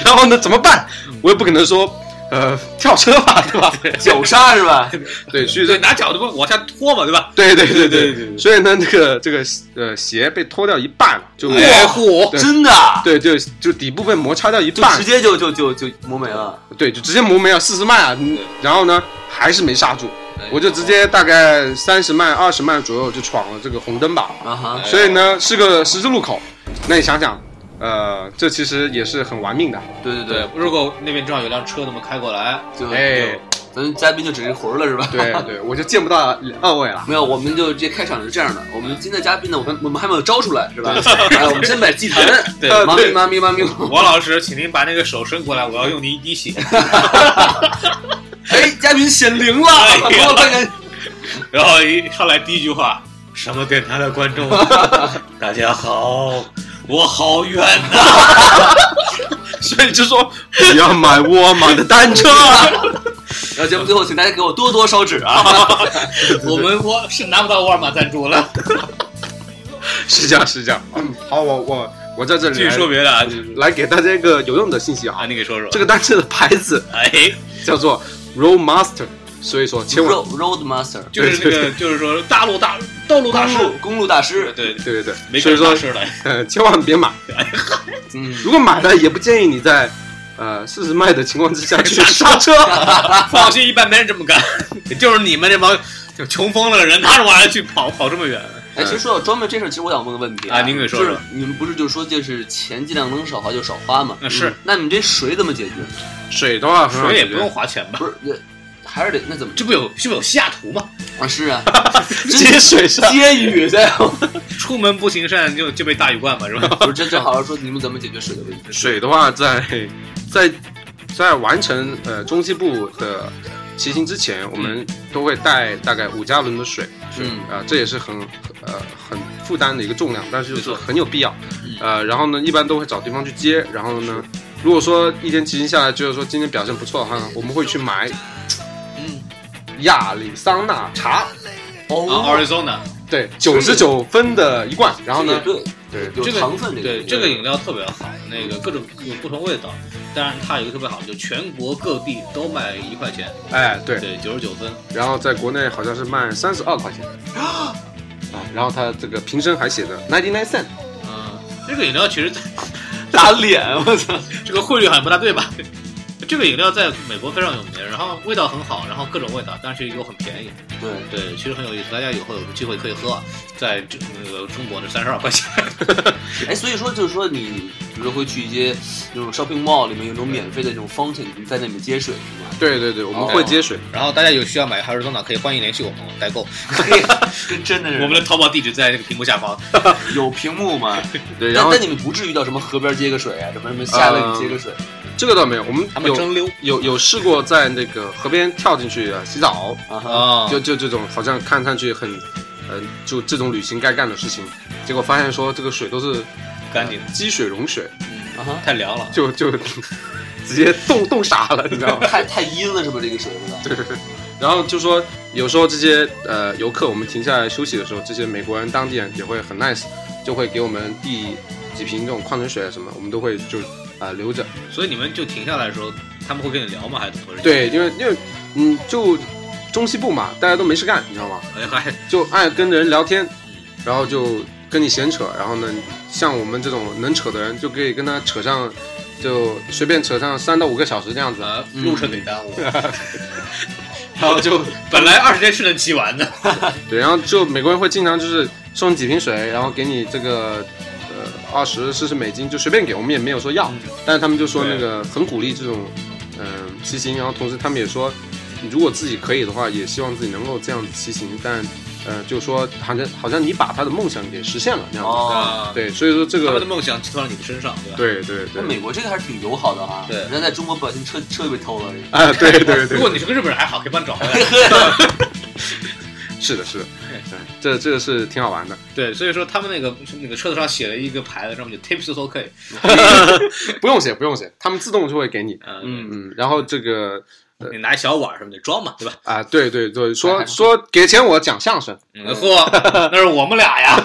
Speaker 4: 然后呢？怎么办？我也不可能说，呃，跳车吧，对吧？
Speaker 3: 绞杀是吧？
Speaker 4: 对，所以说
Speaker 2: 对，，拿脚的不往下拖嘛，对吧？
Speaker 4: 对对
Speaker 2: 对
Speaker 4: 对对
Speaker 2: 对对
Speaker 4: 所以呢，这个这个呃鞋被脱掉一半了，就
Speaker 2: 哎嚯，
Speaker 4: 对
Speaker 3: 真的啊，
Speaker 4: 对对，就底部被摩擦掉一
Speaker 3: 就
Speaker 4: 半
Speaker 3: 直，接就就就就磨没了。
Speaker 4: 对，就直接磨没了四十迈啊。嗯然后呢，还是没刹住，我就直接大概三十迈、二十迈左右就闯了这个红灯吧。
Speaker 3: 啊哈，
Speaker 4: 所以呢，是个十字路口。那你想想，呃，这其实也是很玩命的。
Speaker 3: 对对
Speaker 2: 对
Speaker 3: 对，，
Speaker 2: 如果那边正好有辆车那么开过来，
Speaker 3: 就
Speaker 4: 哎，
Speaker 3: 咱们嘉宾就只是魂儿了是吧？
Speaker 4: 对对，我就见不到二位了。
Speaker 3: 没有，我们就这开场是这样的。我们今天的嘉宾呢，我们我们还没有招出来，是吧？哎，我们先摆祭坛。
Speaker 2: 对 哎
Speaker 3: 妈咪妈咪妈咪，
Speaker 2: 王老师，请您把那个手伸过来，我要用您一滴血。
Speaker 3: 哎，嘉宾显灵了，
Speaker 2: 哎呀
Speaker 3: 我看看，
Speaker 2: 然后一上来第一句话，什么电台的观 众啊，大家好，我好远 呐、
Speaker 4: 所以就 说你要买沃尔玛的单车。啊
Speaker 3: 然后节目最后，请大家给我多多烧纸啊！
Speaker 2: 我们我是拿不到沃尔玛赞助了。
Speaker 4: 是这样，是这样。嗯，好，我我我在这里
Speaker 2: 继续
Speaker 4: 来
Speaker 2: 说别的啊，
Speaker 4: 来给大家一个有用的信息
Speaker 2: 啊，
Speaker 4: 啊，
Speaker 2: 你给说说
Speaker 4: 这个单词的牌子
Speaker 2: 哎，
Speaker 4: 叫做 Roadmaster，所以说千万
Speaker 3: Road Road Master，
Speaker 2: 就是那个，就是说大路大道路大
Speaker 3: 公
Speaker 2: 师，
Speaker 3: 路公路大师，
Speaker 2: 对，
Speaker 4: 对对对
Speaker 2: 没，
Speaker 4: 哎所
Speaker 2: 跟
Speaker 4: 以说
Speaker 2: 大师来，
Speaker 4: 呃 千万别买，
Speaker 3: 嗯，
Speaker 4: 如果买了也不建议你在呃四十迈的情况之下去刹 车，
Speaker 2: 放心，一般没人这么干，就是你们这帮就穷疯了的人，拿着玩意儿去跑跑这么远，
Speaker 3: 哎，其实说到装备这事儿，其实我想问个问题
Speaker 2: 啊您给说说
Speaker 3: 就是你们不是就说就是钱尽量能少花就少花嘛？
Speaker 2: 那是
Speaker 3: 嗯那你们这水怎么解决？
Speaker 4: 水的话很好
Speaker 2: 水也
Speaker 4: 解
Speaker 2: 不用
Speaker 3: 嗯
Speaker 4: 决，
Speaker 2: 花钱吧
Speaker 3: 不？是，那还是得那怎么
Speaker 2: 这不有这不有西雅图 吗？
Speaker 3: 啊？是啊，
Speaker 4: 接水上
Speaker 3: 接雨去。
Speaker 2: 出门不行善就就被大雨灌嘛，是吧？
Speaker 3: 不是，这正好好说你们怎么解决水的问题。
Speaker 4: 水的话在，在在完成呃中西部的骑行之前，我
Speaker 2: 嗯
Speaker 4: 们都会带大概五加仑的水，
Speaker 3: 嗯
Speaker 4: 啊、这也是很呃很负担的一个重量，但是就
Speaker 2: 没
Speaker 4: 是
Speaker 2: 错
Speaker 4: 很有必要
Speaker 2: 嗯。
Speaker 4: 呃，然后呢，一般都会找地方去接，然后呢，如果说一天骑行下来，觉得说今天表现不错的话，我们会去买
Speaker 3: 嗯，
Speaker 4: 亚利桑那茶，
Speaker 2: 啊
Speaker 3: 哦，
Speaker 2: ，Arizona，
Speaker 4: 对，九十九分的一罐，然后呢，
Speaker 3: 这也
Speaker 4: 对
Speaker 3: 对，
Speaker 2: 这
Speaker 3: 有
Speaker 2: 个
Speaker 3: 糖分这
Speaker 2: 对
Speaker 3: 个
Speaker 2: 这个饮料特别好，那个各种有不同味道，当然它有一个特别好，就全国各地都卖一块钱，
Speaker 4: 哎对，
Speaker 2: 对，九十九分，
Speaker 4: 然后在国内好像是卖三十二块钱。啊，然后它这个瓶身还写着 ninety nine cent，
Speaker 2: 嗯，这个饮料其实在
Speaker 3: 打脸，我操！
Speaker 2: 这个汇率好像不大对吧？ 这个饮料在美国非常有名，然后味道很好，然后各种味道，但是又很便宜。
Speaker 3: 对，
Speaker 2: 对，其实很有意思，大家以后有机会可以喝，啊在这那个中国的三十二块钱。
Speaker 3: 哎，所以说就是说你，比如说会去一些那种 shopping mall 里面有一种免费的这种 fountain，你在那里面接水是吗？
Speaker 4: 对对对，我们会接水，
Speaker 2: 然后大家有需要买哈士多纳，可以欢迎联系我们，我们代购。
Speaker 3: 跟真的是
Speaker 2: 我们的淘宝地址在那个屏幕下方。
Speaker 3: 有屏幕吗？
Speaker 4: 对，然
Speaker 3: 但
Speaker 4: 后
Speaker 3: 但你们不至于到什么河边接个水啊，什么什么下了接个水，
Speaker 4: 这个倒没有，我们
Speaker 2: 他们
Speaker 4: 有
Speaker 2: 蒸溜
Speaker 4: 有有试过在那个河边跳进去呃洗澡，
Speaker 3: 啊哈，
Speaker 2: 啊
Speaker 4: 就就这种好像看上去很，嗯，就这种旅行该干的事情，结果发现说这个水都是
Speaker 2: 赶紧，
Speaker 4: 积水融水，
Speaker 3: 啊哈，
Speaker 2: 太凉了。
Speaker 4: 就 就直接冻冻傻了，你知道吗？
Speaker 3: 太太阴了是吧？这个水味道。
Speaker 4: 对对对。然后就说，有时候这些呃游客，我们停下来休息的时候，这些美国人、当地人也会很 nice，就会给我们递几瓶这种矿泉水啊什么，我们都会就啊、留着。
Speaker 2: 所以你们就停下来的时候，他们会跟你聊吗？还是怎么回事？，
Speaker 4: 对，因为因为嗯，就中西部嘛，大家都没事干，你知道吗？
Speaker 2: 哎还
Speaker 4: 就爱跟人聊天
Speaker 2: 嗯，
Speaker 4: 然后就跟你闲扯，然后呢，像我们这种能扯的人，就可以跟他扯上，就随便扯上三到五个小时这样子。
Speaker 2: 啊，
Speaker 3: 嗯
Speaker 2: 路程给耽误。
Speaker 4: 然后就
Speaker 2: 本来二十天是能骑 完的，
Speaker 4: 对，然后就美国人会经常就是送几瓶水，然后给你这个呃二十四十美金，就随便给，我们也没有说要，但是他们就说
Speaker 2: 嗯对
Speaker 4: 那个很鼓励这种嗯、呃骑行，然后同时他们也说，如果自己可以的话，也希望自己能够这样子骑行，但呃就说好像好像你把他的梦想给实现了那样子，
Speaker 3: 哦，
Speaker 2: 啊，
Speaker 4: 对，所以说这
Speaker 2: 他们
Speaker 4: 个
Speaker 2: 的梦想寄托到你的身上，对吧？
Speaker 4: 对对
Speaker 3: 那
Speaker 4: 对，
Speaker 3: 美国这个还是挺友好的哈。
Speaker 2: 对
Speaker 3: 人家在中国不小心车车就被偷了。
Speaker 4: 啊对对
Speaker 2: 如果
Speaker 4: 对，
Speaker 2: 你是个日本人还好，可以帮你找回 来。
Speaker 4: 是 的是的
Speaker 2: 对，
Speaker 4: 对这这个是挺好玩的，
Speaker 2: 对，所以说他们那个那个车子上写了一个牌子，上面就 Tips is OK。
Speaker 4: 不用写不用写，他们自动就会给你，
Speaker 2: 嗯，
Speaker 3: 嗯，
Speaker 4: 嗯，然后这个。
Speaker 2: 你拿一小碗什么的装嘛，对吧？
Speaker 4: 啊，对对对，
Speaker 3: 还
Speaker 4: 说
Speaker 3: 还
Speaker 4: 说给钱我讲相声，
Speaker 2: 嗯， 嚯，那是我们俩呀。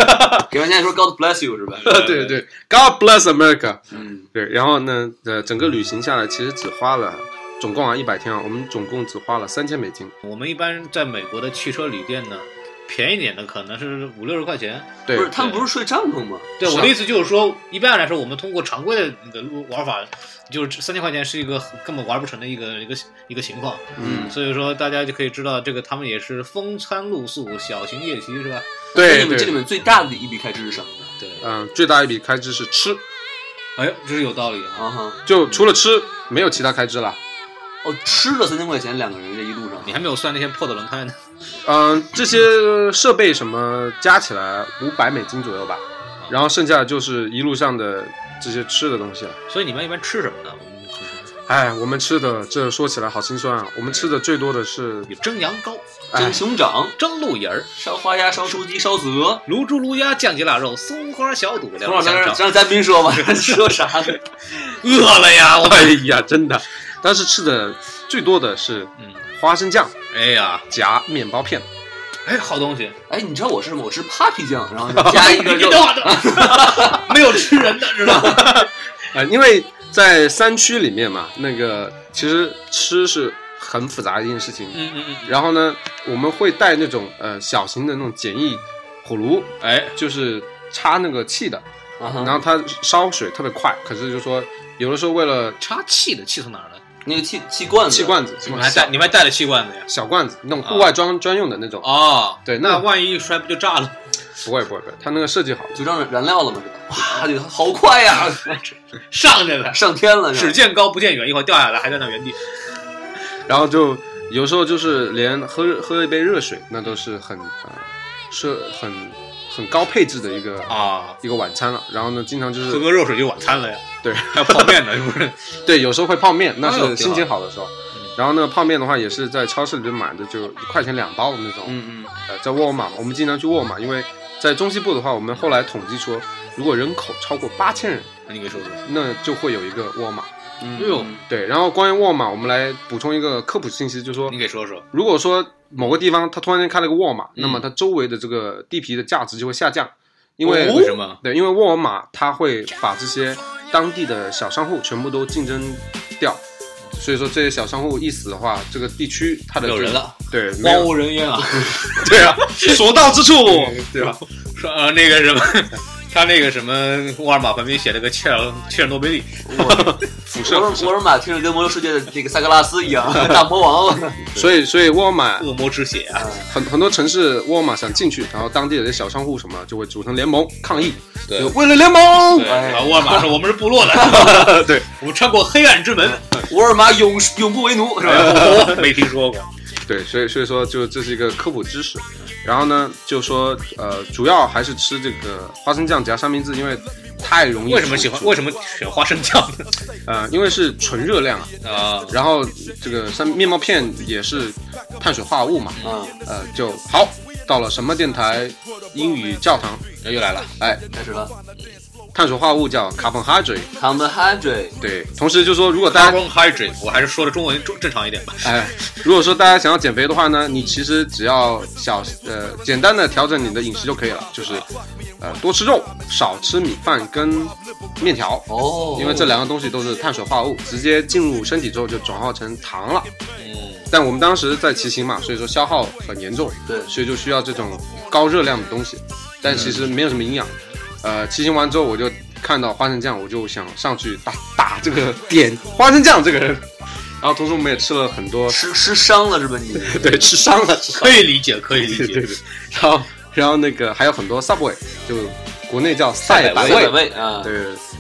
Speaker 3: 给人家说 God bless you 是吧？
Speaker 4: 对对，God bless America。
Speaker 3: 嗯，
Speaker 4: 对，然后呢，呃，整个旅行下来其实只花了，总共啊一百天啊，我们总共只花了三千美金。
Speaker 2: 我们一般在美国的汽车旅店呢，便宜点的可能是五六十块钱。
Speaker 4: 对
Speaker 3: 不，是他们不是睡帐篷吗？
Speaker 2: 对，
Speaker 4: 是啊
Speaker 2: 我的意思就是说，一般来说，我们通过常规的那个路玩法，就是三千块钱是一个根本玩不成的一个一个一个情况。
Speaker 4: 嗯，
Speaker 2: 所以说，大家就可以知道，这个他们也是风餐露宿，小型夜骑是吧？
Speaker 3: 那
Speaker 4: 对
Speaker 3: 你们这里
Speaker 4: 对，
Speaker 3: 面最大的一笔开支是什么呢？
Speaker 2: 对，
Speaker 4: 嗯、最大一笔开支是吃，
Speaker 2: 哎，这是有道理啊。
Speaker 3: 啊哈，
Speaker 4: 就除了吃没有其他开支了。
Speaker 3: 哦，吃了三千块钱，两个人这一路上
Speaker 4: 哎
Speaker 2: 你，还没有算那些破的轮胎呢。
Speaker 4: 嗯、这些设备什么加起来五百美金左右吧，然后剩下就是一路上的这些吃的东西了。
Speaker 2: 所以你们一般吃什么呢？我们
Speaker 4: 哎，我们吃的这说起来好心酸啊，我们吃的最多的是
Speaker 2: 有蒸羊羔、
Speaker 4: 哎
Speaker 3: 蒸熊掌、
Speaker 2: 蒸鹿眼儿、
Speaker 3: 烧花鸭、烧雏鸡、烧鹅。
Speaker 2: 卤猪、卤鸭、酱鸡腊肉、松花小肚、两种
Speaker 3: 等会儿让
Speaker 2: 香
Speaker 3: 让
Speaker 2: 肠。
Speaker 3: 让嘉宾说吧， 说啥呢？
Speaker 2: 饿了呀，我。
Speaker 4: 哎呀，真的，当时吃的最多的是
Speaker 2: 嗯，
Speaker 4: 花生酱
Speaker 2: 哎呀，
Speaker 4: 夹面包片，
Speaker 2: 哎，好东西，
Speaker 3: 哎，你知道我是什么？我是 Papi 酱，然后就加一个
Speaker 2: 你
Speaker 3: 肉
Speaker 2: 等会儿等会 儿，没有吃人的，知道吗？
Speaker 4: 啊、因为在山区里面嘛，那个其实吃是很复杂的一件事情。
Speaker 2: 嗯嗯嗯，
Speaker 4: 然后呢，我们会带那种呃小型的那种简易火炉，
Speaker 2: 哎，
Speaker 4: 就是插那个气的，
Speaker 3: 啊
Speaker 4: 然
Speaker 3: 哈，
Speaker 4: 后它烧水特别快。可是就说有的时候为了
Speaker 2: 插气的气从哪儿来？
Speaker 3: 那个气气罐子，
Speaker 4: 气罐子，气
Speaker 2: 你们
Speaker 4: 罐子
Speaker 2: 还带
Speaker 4: 小
Speaker 2: 你们还带了气罐子呀？
Speaker 4: 小罐子，那种户外装专用的那种。
Speaker 2: 哦，
Speaker 4: 对，
Speaker 2: 那
Speaker 4: 那
Speaker 2: 万一一摔不就炸了？
Speaker 4: 不会不会不会，它那个设计好。
Speaker 3: 就让燃料了嘛，是吧？哇，这个好快 呀，
Speaker 2: 上去了，
Speaker 3: 上天了，是
Speaker 2: 只
Speaker 3: 吧？
Speaker 2: 见高不见远，一会儿掉下来还在那原地。
Speaker 4: 然后就有时候就是连喝喝一杯热水，那都是很呃是很很高配置的一个
Speaker 2: 啊，
Speaker 4: 一个晚餐了。然后呢，经常就
Speaker 2: 喝
Speaker 4: 是
Speaker 2: 个热水就晚餐了呀，
Speaker 4: 对
Speaker 2: 还有泡面呢，是不是？
Speaker 4: 对，有时候会泡面，那
Speaker 2: 哎呦
Speaker 4: 是心
Speaker 2: 挺
Speaker 4: 情好的时候
Speaker 2: 嗯。
Speaker 4: 然后呢，泡面的话也是在超市里面买的，就一块钱两包的那种。
Speaker 3: 嗯嗯，
Speaker 4: 呃，在沃尔玛嘛，我们经常去沃尔玛，因为在中西部的话，我们后来统计说，如果人口超过八千人，
Speaker 2: 那你给说说。
Speaker 4: 那就会有一个沃尔玛。
Speaker 3: 嗯
Speaker 2: 哎呦，
Speaker 4: 对，然后关于沃尔玛，我们来补充一个科普信息，就是说
Speaker 2: 你，给说说，
Speaker 4: 如果说某个地方它突然间开了个沃尔玛，
Speaker 2: 嗯
Speaker 4: 那么它周围的这个地皮的价值就会下降，因为、
Speaker 2: 哦为什么？
Speaker 4: 对，因为沃尔玛它会把这些当地的小商户全部都竞争掉，所以说这些小商户一死的话，这个地区它的
Speaker 2: 没有人了，
Speaker 4: 对，没
Speaker 2: 荒
Speaker 4: 有
Speaker 2: 无人烟啊！
Speaker 4: 对啊，所到之处，对吧？
Speaker 2: 说呃那个什么， 他那个什么沃尔玛旁边写了个切尔切尔诺贝利，
Speaker 3: 我
Speaker 4: 辐
Speaker 3: 沃
Speaker 4: 射
Speaker 3: 尔
Speaker 4: 辐射，
Speaker 3: 沃尔玛听着跟魔兽世界的这个萨格拉斯一 样，大魔王，
Speaker 4: 所以所以沃尔玛
Speaker 2: 恶魔之血啊！
Speaker 4: 很很多城市沃尔玛想进去，然后当地的小商户什么就会组成联盟抗议，
Speaker 2: 对
Speaker 4: 就为了联盟
Speaker 2: 对，，
Speaker 3: 哎
Speaker 2: 然后沃尔玛说我们是部落的，
Speaker 4: 嗯 对，
Speaker 2: 我们穿过黑暗 之门，
Speaker 3: 沃尔玛永永不为奴，是吧？
Speaker 2: 我没听说过。
Speaker 4: 对，所以所以说就这是一个科普知识。然后呢，就说呃，主要还是吃这个花生酱夹三明治，因为太容易
Speaker 2: 为什么喜欢？
Speaker 4: 煮
Speaker 2: 为什么选花生酱呢？
Speaker 4: 呃，因为是纯热量啊。
Speaker 2: 啊，
Speaker 4: 然后这个三面包片也是碳水化合物嘛，
Speaker 3: 嗯，
Speaker 4: 呃，就好。到了什么电台？英语教堂，
Speaker 2: 又 来了，
Speaker 4: 哎，
Speaker 3: 开始了
Speaker 4: 碳水化合物叫 carbohydrate。
Speaker 3: ，carbohydrate，
Speaker 4: 对，同时就说，如果大家
Speaker 2: carbohydrate，我还是说的中文正正常一点吧。
Speaker 4: 哎，如果说大家想要减肥的话呢，你其实只要小呃简单的调整你的饮食就可以了，就是呃多吃肉，少吃米饭跟面条，
Speaker 3: 哦，
Speaker 4: 因为这两个东西都是碳水化合物，直接进入身体之后就转化成糖了。
Speaker 2: 嗯，
Speaker 4: 但我们当时在骑行嘛，所以说消耗很严重，
Speaker 3: 对
Speaker 4: 所以就需要这种高热量的东西，但其实没有什么营养。呃，骑行完之后我就看到花生酱，我就想上去打打这个点花生酱这个人，然后同时我们也吃了很多
Speaker 3: 吃吃伤了是吧？你
Speaker 4: 对，吃伤了，吃伤
Speaker 2: 可
Speaker 4: 了。
Speaker 2: 以理解，可以理
Speaker 4: 对对
Speaker 2: 解。
Speaker 4: 对。然后，然后那个还有很多 Subway，就国内叫赛
Speaker 2: 百
Speaker 4: 百
Speaker 3: 百
Speaker 4: 味。
Speaker 3: 味啊，
Speaker 4: 对，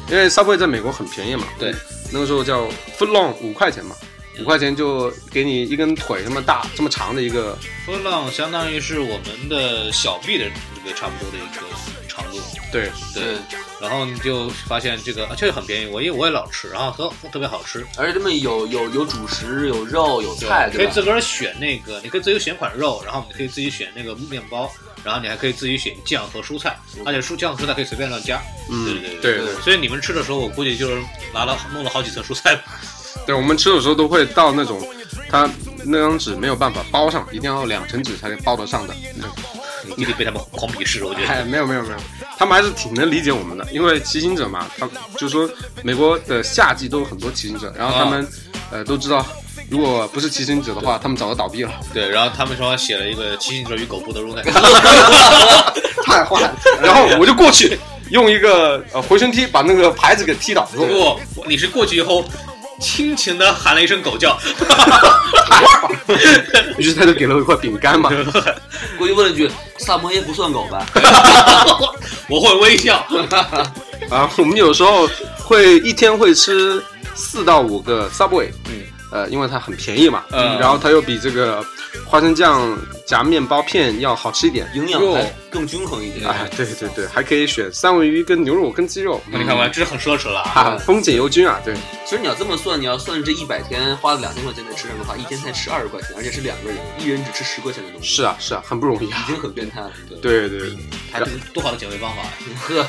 Speaker 4: 因为 Subway 在美国很便宜嘛。
Speaker 2: 对，
Speaker 4: 那个时候叫 Footlong 五块钱嘛，五块钱就给你一根腿这么大、这么长的一个。
Speaker 2: 波浪相当于是我们的小臂的这个差不多的一个长度，
Speaker 4: 对，
Speaker 2: 对。然后你就发现这个啊确实很便宜，我因为我也老吃，然后特特别好吃。
Speaker 3: 而且他们有有有主食，有肉，有菜，
Speaker 2: 你可
Speaker 3: 对
Speaker 2: 以
Speaker 3: 吧？
Speaker 2: 自个儿选那个，你可以自己选款肉，然后你可以自己选那个面包，然后你还可以自己选酱和蔬菜，而且蔬酱和蔬菜可以随便乱加。
Speaker 4: 嗯
Speaker 2: 对，
Speaker 4: 对
Speaker 3: 嗯对
Speaker 2: 所以你们吃的时候，我估计就是拿了弄了好几层蔬菜吧。
Speaker 4: 对，我们吃的时候都会到那种，它那张纸没有办法包上，一定要两层纸才能包得上的。
Speaker 3: 嗯
Speaker 2: 你弟弟被他们狂鄙视，我觉得。
Speaker 4: 哎，没有没有没有，他们还是挺能理解我们的，因为骑行者嘛，他们就说美国的夏季都有很多骑行者，然后他们、呃都知道，如果不是骑行者的话，他们早就倒闭了，
Speaker 2: 对，然后他们说写了一个《骑行者与狗不得 入内》
Speaker 4: 太坏了。然后我就过去用一个呃回旋踢把那个牌子给踢倒，
Speaker 2: 不过我你是过去以后，轻轻的喊了一声狗叫，
Speaker 4: 太坏了。于是他就给了我一块饼干嘛，
Speaker 3: 过去问了一句：“萨摩耶不算 狗吧
Speaker 2: 我会微笑。
Speaker 4: 啊，我们有时候会一天会吃四到五个 Subway，
Speaker 2: 嗯，
Speaker 4: 呃，因为它很便宜嘛，
Speaker 2: 嗯
Speaker 4: 然后它又比这个花生酱夹面包片要好吃一点？”，哎
Speaker 3: 营养
Speaker 4: 肉
Speaker 3: 还更均衡一点。
Speaker 4: 哎，对对对，还可以选三文鱼跟牛肉跟鸡肉，
Speaker 2: 嗯
Speaker 4: 嗯
Speaker 2: 你看吧，这是很奢侈了啊。
Speaker 4: 啊，丰俭由君啊，对，
Speaker 3: 其实你要这么算，你要算这一百天花了两千块钱在吃上的话，一天才吃二十块钱，而且是两个人，一人只吃十块钱的东西，
Speaker 4: 是啊是啊，很不容易啊
Speaker 2: 嗯
Speaker 3: 已，经很变态了。对，
Speaker 4: 对对对，
Speaker 2: 还多好的减肥方法啊呀！
Speaker 3: 呵，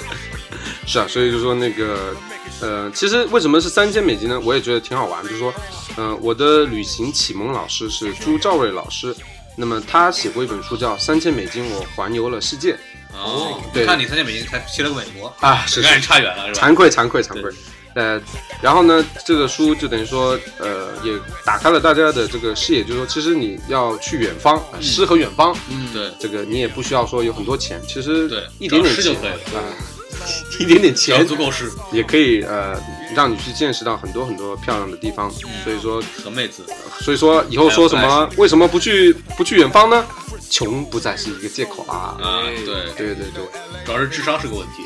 Speaker 4: 是啊，所以就说那个，呃，其实为什么是三千美金呢？我也觉得挺好玩，就是说，呃，我的旅行启蒙老师是朱兆瑞老师，那么他写过一本书叫《三千美金我环游了世界》
Speaker 2: 哦，
Speaker 4: 对
Speaker 2: 看你三千美金才去了个美国，
Speaker 4: 啊，是
Speaker 2: 有点差远了是吧？
Speaker 4: 惭愧惭愧惭
Speaker 2: 对
Speaker 4: 愧。呃，然后呢，这个书就等于说，呃，也打开了大家的这个视野，就是说，其实你要去远方，啊诗和远方，
Speaker 2: 嗯，对
Speaker 4: 这个你也不需要说有很多钱，其实
Speaker 2: 对，
Speaker 4: 一点点
Speaker 2: 只要吃就
Speaker 4: 钱
Speaker 2: 可以了，
Speaker 4: 啊、 一点点
Speaker 2: 只要
Speaker 4: 钱
Speaker 2: 足够吃
Speaker 4: 也可以呃，让你去见识到很多很多漂亮的地方。
Speaker 2: 嗯
Speaker 4: 所以说，
Speaker 2: 和妹子，
Speaker 4: 所以说以后说什么为什么不去不去远方呢？穷不再是一个借口啊！
Speaker 2: 啊，
Speaker 3: 哎
Speaker 2: 对，
Speaker 4: 对对对，
Speaker 2: 主要是智商是个问 题，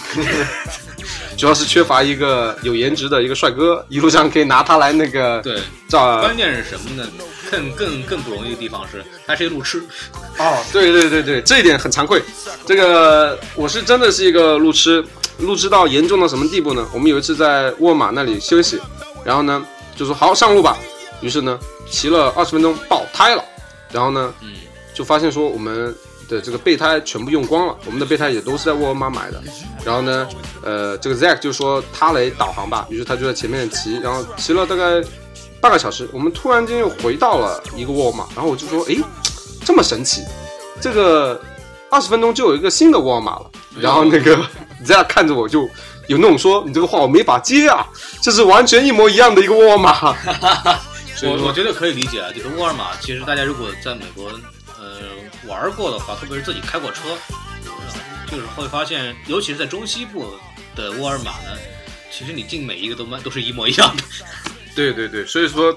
Speaker 4: 主要是缺乏一个有颜值的一个帅哥，一路上可以拿他来那个
Speaker 2: 对。
Speaker 4: 照
Speaker 2: 关键是什么呢？更更更不容易的地方是，它是一个路痴，
Speaker 4: 哦，对对对对，这一点很惭愧。这个我是真的是一个路痴，路痴到严重到什么地步呢？我们有一次在沃尔玛那里休息，然后呢就说好上路吧，于是呢骑了二十分钟爆胎了，然后呢
Speaker 2: 嗯，
Speaker 4: 就发现说我们的这个备胎全部用光了，我们的备胎也都是在沃尔玛买的。然后呢，呃，这个 Zack 就说他来导航吧，于是他就在前面骑，然后骑了大概半个小时，我们突然间又回到了一个沃尔玛，然后我就说，诶，这么神奇，这个二十分钟就有一个新的沃尔玛了。然后那个 Zack 看着我就。有那种说你这个话我没法接啊，这是完全一模一样的一个沃 尔玛，所以
Speaker 2: 我
Speaker 4: 说
Speaker 2: 我觉得可以理解啊。这个沃尔玛，其实大家如果在美国呃玩过的话，特别是自己开过车，呃就是会发现，尤其是在中西部的沃尔玛呢，其实你进每一个都蛮都是一模一样的。
Speaker 4: 对对对，所以说，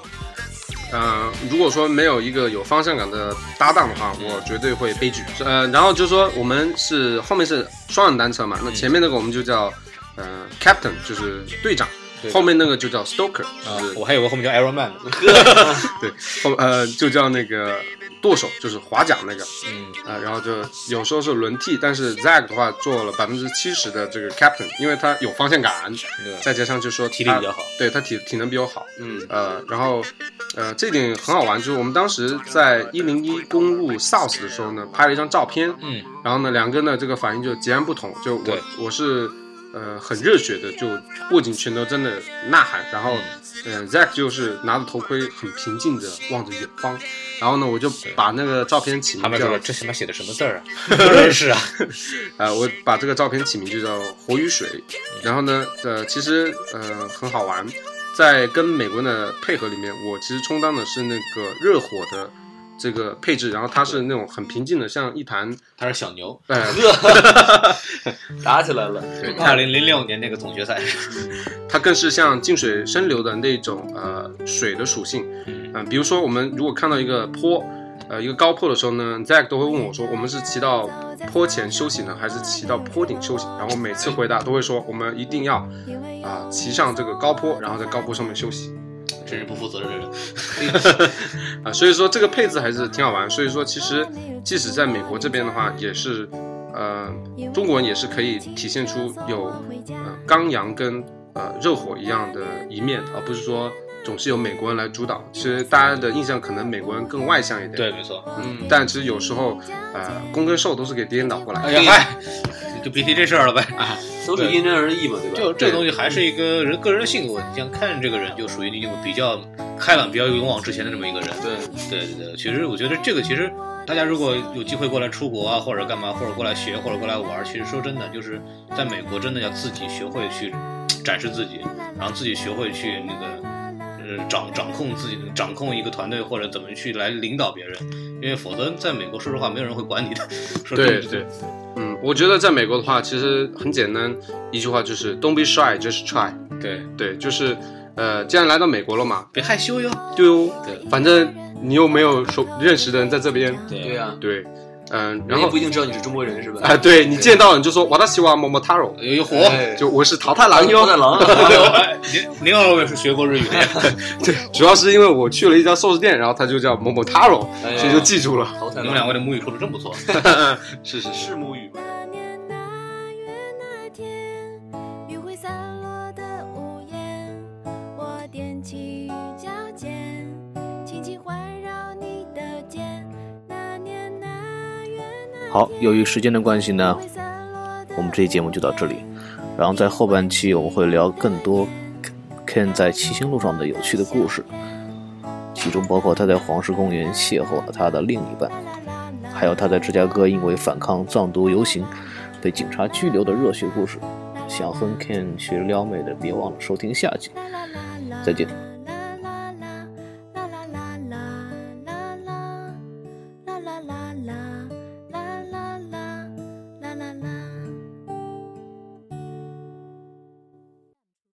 Speaker 4: 呃，如果说没有一个有方向感的搭档的
Speaker 2: 嗯
Speaker 4: 话，我绝对会悲剧。呃，然后就说我们是后面是双人单车嘛，那
Speaker 2: 嗯
Speaker 4: 前面那个我们就叫呃 captain，就是队长。
Speaker 2: 对
Speaker 4: 后面那个就叫 stalker，就是、
Speaker 2: 啊我还以为后面叫 Iron Man 呢。
Speaker 4: 对，后呃就叫那个舵手，就是划桨那个
Speaker 2: 嗯，
Speaker 4: 啊、然后就有时候是轮替，但是 Zack 的话做了百分之七十的这个 captain，因为他有方向感，
Speaker 2: 对，
Speaker 4: 再加上就说
Speaker 2: 体力
Speaker 4: 他
Speaker 2: 比较好，
Speaker 4: 对他体体能比我好，
Speaker 3: 嗯，
Speaker 4: 呃，然后，呃，这点很好玩，就是我们当时在一零一公路 South 的时候呢，拍了一张照片，
Speaker 2: 嗯，
Speaker 4: 然后呢，两个人的这个反应就截然不同，就我
Speaker 2: 对
Speaker 4: 我是，呃，很热血的，就握紧拳头，真的呐喊，然后，
Speaker 2: 嗯
Speaker 4: 呃，Zack 就是拿着头盔，很平静的望着远方，然后呢，我就把那个照片起名叫，
Speaker 2: 这上面写的什么字儿啊？ 不认识啊。
Speaker 4: 呃，我把这个照片起名就叫《活与水》，然后呢，呃，其实呃很好玩，在跟美国人的配合里面，我其实充当的是那个热火的这个配置，然后它是那种很平静的，像一盘，
Speaker 2: 他是小牛，
Speaker 4: 呃，
Speaker 3: 打起来了，
Speaker 4: 对，
Speaker 2: 二
Speaker 4: 它
Speaker 2: 零零六年那个总决赛。
Speaker 4: 它更是像静水深流的那种呃水的属性，嗯、比如说我们如果看到一个坡。呃，一个高坡的时候呢，Zack 都会问我说，我们是骑到坡前休息呢，还是骑到坡顶休息？然后每次回答都会说，我们一定要啊，骑上这个高坡，然后在高坡上面休息
Speaker 2: 真是不负责任的人。
Speaker 4: 啊，所以说这个配置还是挺好玩。所以说其实即使在美国这边的话，也是呃，中国人也是可以体现出有呃刚阳跟呃热火一样的一面，而不是说总是由美国人来主导。其实大家的印象可能美国人更外向一点，
Speaker 2: 对，没错。
Speaker 4: 嗯，但其实有时候呃攻跟受都是给颠倒过来的。
Speaker 2: 哎呀嗨，就别提这事儿了呗。
Speaker 3: 都是因人而异嘛，对吧？
Speaker 2: 这这
Speaker 4: 对
Speaker 2: 个东西还是一个人个人性格问题，像看这个人就属于那种比较开朗、比较勇往直前的这么一个人。
Speaker 3: 对，
Speaker 2: 对对对，其实我觉得这个其实大家如果有机会过来出国啊，或者干嘛，或者过来学，或者过来玩儿，其实说真的，就是在美国真的要自己学会去展示自己，然后自己学会去那个呃掌掌控自己，掌控一个团队或者怎么去来领导别人，因为否则在美国说实话没有人会管你的。 说真
Speaker 4: 对
Speaker 2: 的
Speaker 4: 对，嗯，我觉得在美国的话，其实很简单，一句话就是 “Don't be shy, just try”。
Speaker 2: 对，
Speaker 4: 对，就是，呃，既然来到美国了嘛，
Speaker 2: 别害羞哟。
Speaker 4: 对哦，
Speaker 2: 对
Speaker 4: 反正你又没有熟认识的人在这边，
Speaker 3: 对啊呀、
Speaker 4: 对，嗯、
Speaker 3: 人
Speaker 4: 然
Speaker 3: 家
Speaker 4: 后
Speaker 3: 不一定知道你是中国人，是吧？
Speaker 4: 啊、对你见到了你就说“我的希望么么塔罗
Speaker 2: 有一火。
Speaker 3: 哎，”，
Speaker 4: 就我是淘汰狼
Speaker 3: 有点
Speaker 4: 哟。
Speaker 3: 狼啊，
Speaker 2: 哎您您二位是学过日语的呀？
Speaker 4: 对，主要是因为我去了一家寿司店，然后它就叫某某塔罗，
Speaker 3: 哎
Speaker 4: 所以就记住了。
Speaker 3: 淘汰
Speaker 2: 你
Speaker 3: 狼
Speaker 2: 们两位的母语说的真不错。
Speaker 4: 是是
Speaker 3: 是母语吗？
Speaker 5: 那年那月那天，余晖散落的屋檐，我踮起脚尖，轻轻环绕你的肩。那年那月那
Speaker 6: 好，由于时间的关系呢
Speaker 5: 余，晖散落的
Speaker 6: 我们这期节目就到这里。然后在后半期我们会聊更多 Ken 在骑行路上的有趣的故事，其中包括他在黄石公园邂逅了他的另一半，
Speaker 5: 啦啦啦
Speaker 6: 还有他在芝加哥因为反抗藏独游行被警察拘留的热血故事。想和 Ken 学撩妹的，别忘了收听下集。再见。